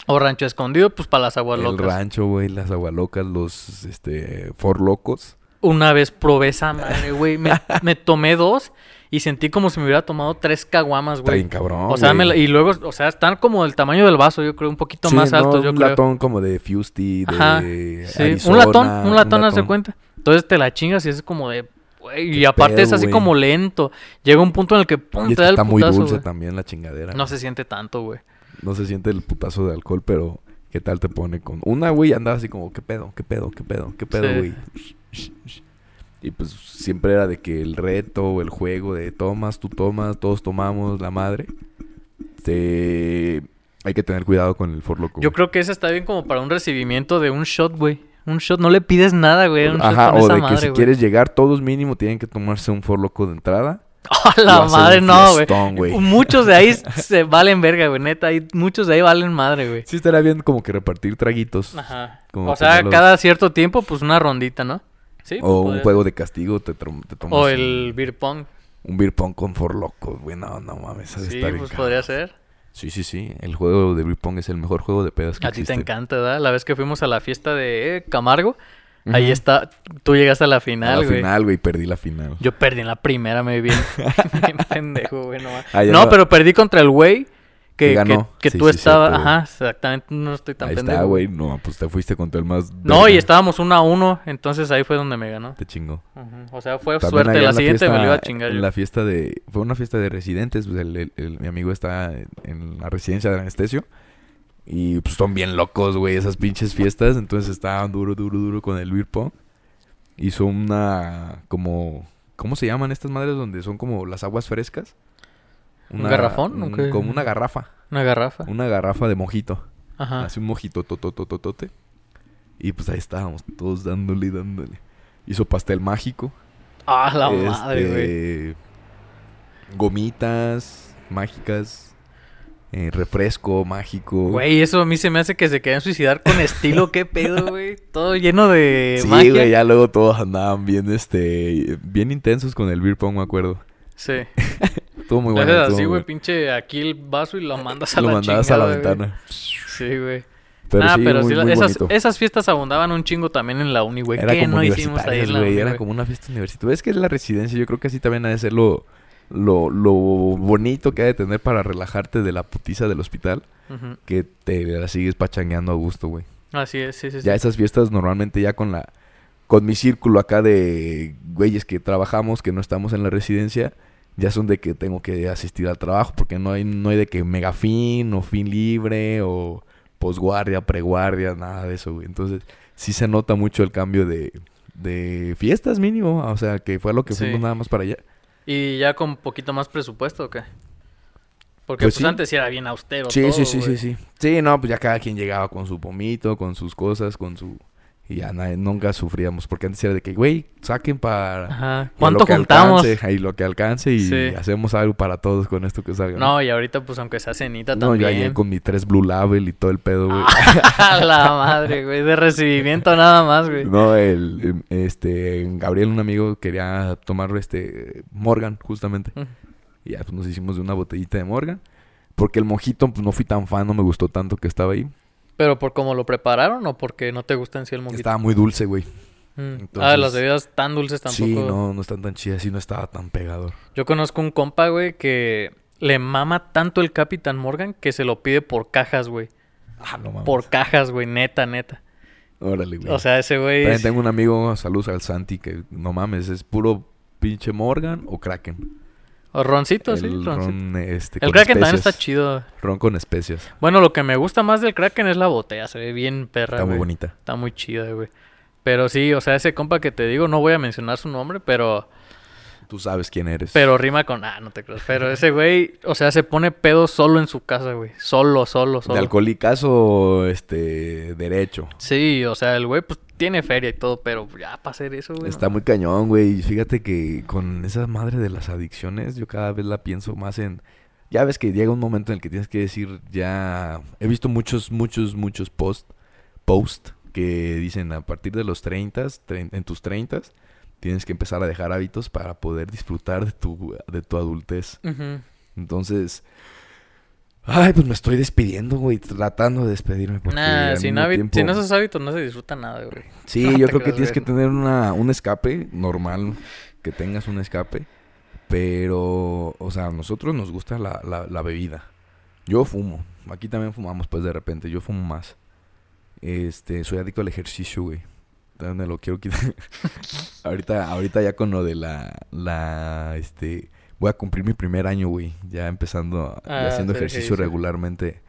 Speaker 2: O rancho escondido, pues para las aguas
Speaker 1: El
Speaker 2: locas.
Speaker 1: rancho, güey, las agualocas, los este forlocos.
Speaker 2: Una vez probé esa madre, güey. Me, me tomé dos y sentí como si me hubiera tomado tres caguamas,
Speaker 1: Está
Speaker 2: güey.
Speaker 1: bien cabrón.
Speaker 2: o sea, me la-
Speaker 1: güey.
Speaker 2: y luego, o sea, están como del tamaño del vaso, yo creo, un poquito
Speaker 1: Sí,
Speaker 2: más
Speaker 1: no,
Speaker 2: altos, yo
Speaker 1: un
Speaker 2: creo.
Speaker 1: latón como de Fusty, de
Speaker 2: Ajá, Sí, un
Speaker 1: Arizona,
Speaker 2: latón, un latón, haz de cuenta. Entonces te la chingas y es como de. güey, y
Speaker 1: Qué
Speaker 2: aparte es
Speaker 1: pedo,
Speaker 2: así
Speaker 1: güey.
Speaker 2: como lento. Llega un punto en el que pum,
Speaker 1: Y es
Speaker 2: te
Speaker 1: que
Speaker 2: da el
Speaker 1: este está muy
Speaker 2: putazo,
Speaker 1: dulce
Speaker 2: güey.
Speaker 1: también la chingadera.
Speaker 2: No se siente tanto, güey.
Speaker 1: No se siente el putazo de alcohol, pero ¿qué tal te pone con una, güey? Andaba así como, ¿qué pedo? ¿Qué pedo? ¿Qué pedo? ¿Qué pedo,
Speaker 2: Sí.
Speaker 1: güey? Y pues siempre era de que el reto, el juego de tomas, tú tomas, todos tomamos, la madre. Este, hay que tener cuidado con el forloco.
Speaker 2: Yo
Speaker 1: güey.
Speaker 2: creo que esa está bien como para un recibimiento de un shot, güey. Un shot, no le pides nada, güey. Un shot
Speaker 1: Ajá,
Speaker 2: con
Speaker 1: o
Speaker 2: esa
Speaker 1: de que
Speaker 2: madre,
Speaker 1: si
Speaker 2: güey.
Speaker 1: quieres llegar todos mínimo tienen que tomarse un forloco de entrada.
Speaker 2: A
Speaker 1: y
Speaker 2: la
Speaker 1: hacer
Speaker 2: madre,
Speaker 1: un
Speaker 2: no, güey.
Speaker 1: fiestón, güey.
Speaker 2: Muchos de ahí se valen verga, güey. Neta, hay, muchos de ahí valen madre, güey.
Speaker 1: Sí estaría bien como que repartir traguitos.
Speaker 2: Ajá.
Speaker 1: Como
Speaker 2: o sea,
Speaker 1: tenerlos-
Speaker 2: cada cierto tiempo, pues una rondita, ¿no? Sí. pues,
Speaker 1: O un
Speaker 2: podría-
Speaker 1: juego de castigo, te, trom- te tomas
Speaker 2: O
Speaker 1: un-
Speaker 2: el beer pong.
Speaker 1: un beer pong con forloco, güey. No, no mames, eso
Speaker 2: Sí,
Speaker 1: está bien
Speaker 2: pues
Speaker 1: cabrón.
Speaker 2: podría ser.
Speaker 1: Sí, sí, sí. El juego de beer pong es el mejor juego de pedas que
Speaker 2: A ti te
Speaker 1: existe.
Speaker 2: encanta, ¿verdad? La vez que fuimos a la fiesta de eh, Camargo, ahí
Speaker 1: Ujú.
Speaker 2: está, tú llegaste a la final,
Speaker 1: A la
Speaker 2: güey.
Speaker 1: final, güey, perdí la final.
Speaker 2: Yo perdí en la primera, me vi bien, bien pendejo, güey. No, ma-
Speaker 1: Ah, ya
Speaker 2: No,
Speaker 1: no.
Speaker 2: pero perdí contra el güey
Speaker 1: Que
Speaker 2: que, que,
Speaker 1: ganó.
Speaker 2: que
Speaker 1: Sí,
Speaker 2: tú
Speaker 1: sí,
Speaker 2: estabas.
Speaker 1: cierto, güey.
Speaker 2: Ajá, exactamente, no estoy tan
Speaker 1: Ahí
Speaker 2: pendejo.
Speaker 1: está, güey. No, pues te fuiste contra el más.
Speaker 2: No,
Speaker 1: verga.
Speaker 2: y estábamos uno a uno, entonces ahí fue donde me ganó.
Speaker 1: Te chingó.
Speaker 2: Ujú, O sea, fue
Speaker 1: También
Speaker 2: suerte.
Speaker 1: allá
Speaker 2: La,
Speaker 1: en
Speaker 2: siguiente
Speaker 1: fiesta-
Speaker 2: me lo iba a chingar yo.
Speaker 1: En la fiesta de... Fue una fiesta de residentes. pues, el- el- el- mi amigo está en, en la residencia de anestesio. Y pues son bien locos, güey, esas pinches fiestas. Entonces estaban duro, duro, duro con el beer pong. Hizo una... como... ¿Cómo se llaman estas madres donde son como las aguas frescas?
Speaker 2: ¿Un garrafón o
Speaker 1: un-
Speaker 2: qué? Ah.
Speaker 1: Como una garrafa.
Speaker 2: Una garrafa.
Speaker 1: Una garrafa de mojito.
Speaker 2: Ajá.
Speaker 1: Así un mojito tototototote. Y pues ahí estábamos todos dándole y dándole. Hizo pastel mágico.
Speaker 2: Ah, la madre, güey.
Speaker 1: Este, Gomitas mágicas. eh, refresco mágico.
Speaker 2: Güey, eso a mí se me hace que se querían suicidar con estilo, qué pedo, güey. Todo lleno de
Speaker 1: sí,
Speaker 2: magia.
Speaker 1: güey, ya luego todos andaban bien, este, bien intensos con el beer pong, me acuerdo.
Speaker 2: Sí.
Speaker 1: Estuvo muy bueno.
Speaker 2: Entonces
Speaker 1: estuvo
Speaker 2: así,
Speaker 1: muy
Speaker 2: güey,
Speaker 1: bueno.
Speaker 2: pinche aquí el vaso y lo mandas a
Speaker 1: Lo
Speaker 2: la
Speaker 1: mandabas
Speaker 2: chingada,
Speaker 1: a la
Speaker 2: güey.
Speaker 1: ventana.
Speaker 2: Sí, güey.
Speaker 1: Pero
Speaker 2: Nah,
Speaker 1: sí,
Speaker 2: pero
Speaker 1: muy,
Speaker 2: sí, la-
Speaker 1: muy
Speaker 2: esas,
Speaker 1: bonito.
Speaker 2: esas fiestas abundaban un chingo también en la uni, güey.
Speaker 1: Era
Speaker 2: ¿Qué
Speaker 1: como
Speaker 2: no hicimos ahí
Speaker 1: universitarias,
Speaker 2: en la
Speaker 1: güey.
Speaker 2: uni,
Speaker 1: Era
Speaker 2: güey?
Speaker 1: como una fiesta universitaria. Es que es la residencia. Yo creo que así también ha de ser lo, lo, lo bonito que ha de tener para relajarte de la putiza del hospital.
Speaker 2: Ujú.
Speaker 1: Que te la sigues pachangueando a gusto, güey.
Speaker 2: Así es, sí, sí. sí.
Speaker 1: Ya esas fiestas normalmente ya con la... Con mi círculo acá de güeyes que trabajamos, que no estamos en la residencia, ya son de que tengo que asistir al trabajo, porque no hay, no hay de que mega fin o fin libre o posguardia, preguardia, nada de eso, güey. Entonces, sí se nota mucho el cambio de, de fiestas mínimo, o sea, que fue lo que
Speaker 2: Sí.
Speaker 1: fuimos nada más para allá.
Speaker 2: ¿Y ya con poquito más presupuesto o qué? Porque
Speaker 1: Pues
Speaker 2: pues,
Speaker 1: sí.
Speaker 2: antes sí era bien austero
Speaker 1: Sí,
Speaker 2: todo,
Speaker 1: sí, sí,
Speaker 2: güey.
Speaker 1: sí, sí. Sí, no, pues ya cada quien llegaba con su pomito, con sus cosas, con su... Y ya nadie- nunca sufríamos, porque antes era de que, güey, saquen para...
Speaker 2: Ajá.
Speaker 1: Y
Speaker 2: ¿Cuánto
Speaker 1: lo que
Speaker 2: juntamos?
Speaker 1: alcance, ahí lo que alcance y
Speaker 2: Sí.
Speaker 1: hacemos algo para todos con esto que salga.
Speaker 2: No, y ahorita pues aunque sea cenita
Speaker 1: No, yo
Speaker 2: también.
Speaker 1: llegué con mi tres Blue Label y todo el pedo, güey.
Speaker 2: A la madre, güey. De recibimiento nada más, güey.
Speaker 1: No, el, em, este, Gabriel, un amigo, quería tomar este Morgan, justamente.
Speaker 2: Ujú.
Speaker 1: Y ya pues, nos hicimos de una botellita de Morgan. Porque el mojito pues, no fui tan fan, no me gustó tanto que estaba ahí.
Speaker 2: ¿Pero por cómo lo prepararon o porque no te gusta en sí el mojito?
Speaker 1: Estaba muy dulce, güey.
Speaker 2: Mm. Ah,
Speaker 1: Entonces-
Speaker 2: las bebidas tan dulces tampoco.
Speaker 1: Sí, no, no están tan chidas y no estaba tan pegador.
Speaker 2: Yo conozco un compa, güey, que le mama tanto el Capitán Morgan que se lo pide por cajas, güey.
Speaker 1: Ah, no mames.
Speaker 2: Por cajas, güey, neta, neta.
Speaker 1: Órale, güey.
Speaker 2: O sea, ese güey.
Speaker 1: También
Speaker 2: es-
Speaker 1: tengo un amigo, saludos al Santi, que no mames, es puro pinche Morgan o Kraken.
Speaker 2: o roncito, sí,
Speaker 1: el
Speaker 2: roncito.
Speaker 1: ron, este,
Speaker 2: el
Speaker 1: con
Speaker 2: Kraken también
Speaker 1: especias.
Speaker 2: está chido.
Speaker 1: Ron con especias.
Speaker 2: Bueno, lo que me gusta más del Kraken es la botella. Se ve bien perra,
Speaker 1: Está muy
Speaker 2: güey.
Speaker 1: bonita.
Speaker 2: Está muy chida, güey. Pero sí, o sea, ese compa que te digo, no voy a mencionar su nombre, pero,
Speaker 1: Tú sabes quién eres.
Speaker 2: pero rima con. Ah, no te creo. Pero ese güey, o sea, se pone pedo solo en su casa, güey. Solo, solo, solo.
Speaker 1: De alcoholicazo, este, derecho.
Speaker 2: Sí, o sea, el güey pues tiene feria y todo, pero ya para hacer eso, güey. no.
Speaker 1: Está muy cañón, güey. Y Fíjate que con esa madre de las adicciones, yo cada vez la pienso más en. Ya ves que llega un momento en el que tienes que decir, ya. He visto muchos, muchos, muchos post, post que dicen a partir de los 30, trein- en tus 30, tienes que empezar a dejar hábitos para poder disfrutar de tu, de tu adultez.
Speaker 2: Ujú.
Speaker 1: Entonces. Ay, pues me estoy despidiendo, güey. Tratando de despedirme. porque
Speaker 2: Nah,
Speaker 1: al
Speaker 2: sin,
Speaker 1: mismo
Speaker 2: hábit-
Speaker 1: tiempo-
Speaker 2: sin esos hábitos no se disfruta nada, güey.
Speaker 1: Sí,
Speaker 2: No te
Speaker 1: yo creo que
Speaker 2: creas,
Speaker 1: tienes que
Speaker 2: güey.
Speaker 1: tener una, un escape normal, que tengas un escape, pero, o sea, a nosotros nos gusta la, la- la bebida. Yo fumo, aquí también fumamos, pues de repente, yo fumo más. Este, soy adicto al ejercicio, güey. Entonces me lo quiero quitar. ahorita, ahorita ya con lo de la, la, este, voy a cumplir mi primer año, güey, ya empezando, ya
Speaker 2: Ah,
Speaker 1: haciendo
Speaker 2: hacer
Speaker 1: ejercicio
Speaker 2: ejercicio.
Speaker 1: regularmente.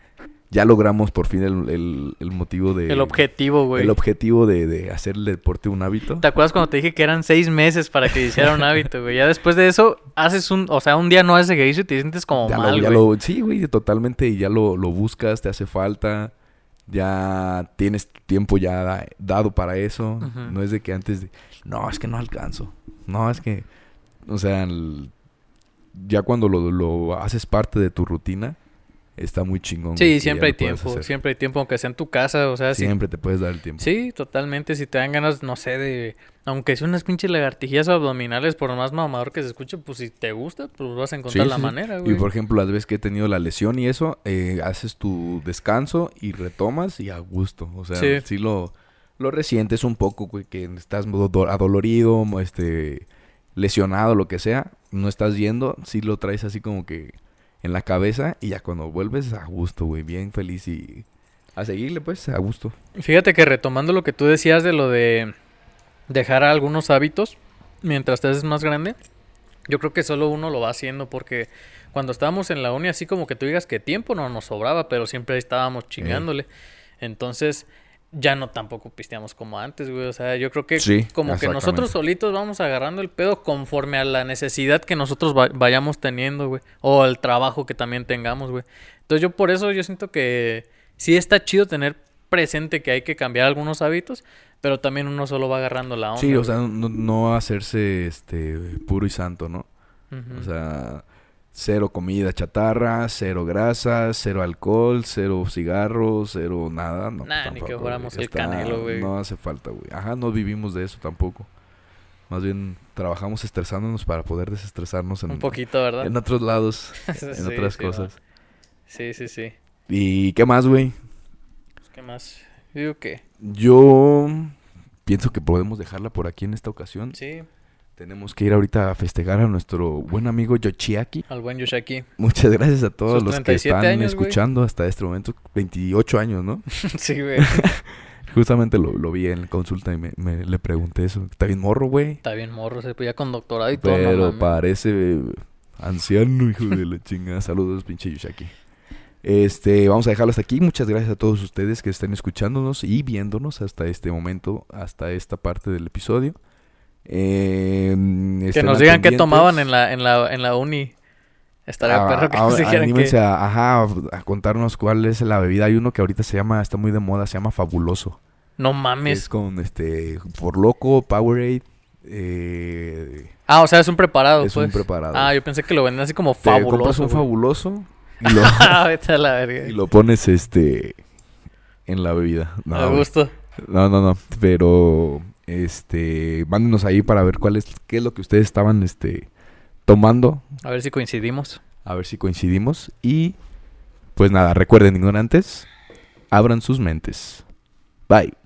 Speaker 1: Ya logramos por fin el, el- el motivo de...
Speaker 2: El objetivo, güey.
Speaker 1: El objetivo de, de hacer el deporte un hábito.
Speaker 2: ¿Te acuerdas cuando te dije que eran seis meses para que hiciera un hábito, güey? Ya después de eso, haces un... O sea, un día no haces ejercicio y te sientes como
Speaker 1: Ya lo-
Speaker 2: mal,
Speaker 1: ya
Speaker 2: güey.
Speaker 1: lo- sí, güey, totalmente. Y ya lo, lo buscas, te hace falta. Ya tienes tu tiempo ya da- dado para eso.
Speaker 2: Ujú.
Speaker 1: No es de que antes de... No, es que no alcanzo. No, es que... O sea, el- ya cuando lo, lo haces parte de tu rutina, está muy chingón. güey, que
Speaker 2: Sí,
Speaker 1: ya
Speaker 2: siempre hay
Speaker 1: lo puedas
Speaker 2: tiempo.
Speaker 1: hacer.
Speaker 2: Siempre hay tiempo, aunque sea en tu casa, o sea... si-
Speaker 1: Siempre te puedes dar el tiempo.
Speaker 2: Sí, totalmente. Si te dan ganas, no sé, de... Aunque sea unas pinches lagartijillas abdominales, por más mamador que se escuche, pues si te gusta, pues vas a encontrar
Speaker 1: Sí,
Speaker 2: la
Speaker 1: sí, sí.
Speaker 2: manera, güey.
Speaker 1: Y por ejemplo, las veces que he tenido la lesión y eso, eh, haces tu descanso y retomas y a gusto. O sea,
Speaker 2: Sí.
Speaker 1: sí, lo, lo resientes un poco, güey, que estás do- do- adolorido, mo- este, lesionado, lo que sea. No estás yendo, sí lo traes así como que en la cabeza y ya cuando vuelves a gusto, güey, bien feliz y a seguirle, pues, a gusto.
Speaker 2: Fíjate que retomando lo que tú decías de lo de dejar algunos hábitos mientras te haces más grande, yo creo que solo uno lo va haciendo porque cuando estábamos en la uni, así como que tú digas que tiempo no nos sobraba, pero siempre ahí estábamos chingándole. Entonces, ya no tampoco pisteamos como antes, güey. O sea, yo creo que
Speaker 1: Sí,
Speaker 2: como que nosotros
Speaker 1: exactamente.
Speaker 2: solitos vamos agarrando el pedo conforme a la necesidad que nosotros va- vayamos teniendo, güey. O el trabajo que también tengamos, güey. Entonces yo por eso yo siento que sí está chido tener presente que hay que cambiar algunos hábitos, pero también uno solo va agarrando la onda.
Speaker 1: Sí, o
Speaker 2: güey.
Speaker 1: sea, no, no hacerse este puro y santo, ¿no?
Speaker 2: Ujú.
Speaker 1: O sea, cero comida chatarra, cero grasa, cero alcohol, cero cigarros, cero nada. No, pues
Speaker 2: Nah, ni que
Speaker 1: tampoco,
Speaker 2: fuéramos
Speaker 1: güey.
Speaker 2: el Canelo, güey.
Speaker 1: No hace falta, güey. Ajá, no vivimos de eso tampoco. Más bien trabajamos estresándonos para poder desestresarnos en,
Speaker 2: un poquito, ¿verdad?
Speaker 1: en otros lados, en
Speaker 2: Sí,
Speaker 1: otras
Speaker 2: sí,
Speaker 1: cosas.
Speaker 2: Sí, sí, sí.
Speaker 1: ¿Y qué más, güey?
Speaker 2: Pues, ¿Qué más? Yo digo que
Speaker 1: Yo pienso que podemos dejarla por aquí en esta ocasión.
Speaker 2: sí,
Speaker 1: Tenemos que ir ahorita a festejar a nuestro buen amigo Yoshiaki.
Speaker 2: al buen Yoshaki.
Speaker 1: Muchas gracias a todos
Speaker 2: Sus
Speaker 1: los que
Speaker 2: 37
Speaker 1: están
Speaker 2: años, güey.
Speaker 1: escuchando hasta este momento. 28 años, ¿no?
Speaker 2: sí, güey.
Speaker 1: Justamente lo, lo vi en la consulta y me, me- le pregunté eso. Está bien morro, güey.
Speaker 2: Está bien morro, se ya con doctorado y todo. no
Speaker 1: Pero
Speaker 2: mames.
Speaker 1: parece eh, anciano, hijo de la chingada. Saludos, pinche Yushaki. Este, vamos a dejarlo hasta aquí. Muchas gracias a todos ustedes que están escuchándonos y viéndonos hasta este momento, hasta esta parte del episodio. Eh,
Speaker 2: que
Speaker 1: estén
Speaker 2: nos digan qué
Speaker 1: atendientes.
Speaker 2: tomaban en la, en la, en la uni. Estaría
Speaker 1: Ah,
Speaker 2: perro que
Speaker 1: ah,
Speaker 2: nos dijeran
Speaker 1: anímense
Speaker 2: que...
Speaker 1: a, ajá, a contarnos cuál es la bebida. Hay uno que ahorita se llama, está muy de moda, se llama Fabuloso.
Speaker 2: No
Speaker 1: que
Speaker 2: mames.
Speaker 1: Es con este por loco, Powerade, eh,
Speaker 2: Ah, o sea, es un preparado,
Speaker 1: es
Speaker 2: pues.
Speaker 1: un preparado.
Speaker 2: Ah, yo pensé que lo venden así como
Speaker 1: Te compras
Speaker 2: fabuloso.
Speaker 1: un
Speaker 2: güey.
Speaker 1: fabuloso y lo,
Speaker 2: Ah, vete a la verga.
Speaker 1: y lo pones este en la bebida. No,
Speaker 2: a
Speaker 1: güey.
Speaker 2: gusto.
Speaker 1: no, no, no. Pero este mándenos ahí para ver cuál es qué es lo que ustedes estaban este tomando,
Speaker 2: A ver si coincidimos.
Speaker 1: a ver si coincidimos y Pues nada, recuerden ignorantes, abran sus mentes. Bye.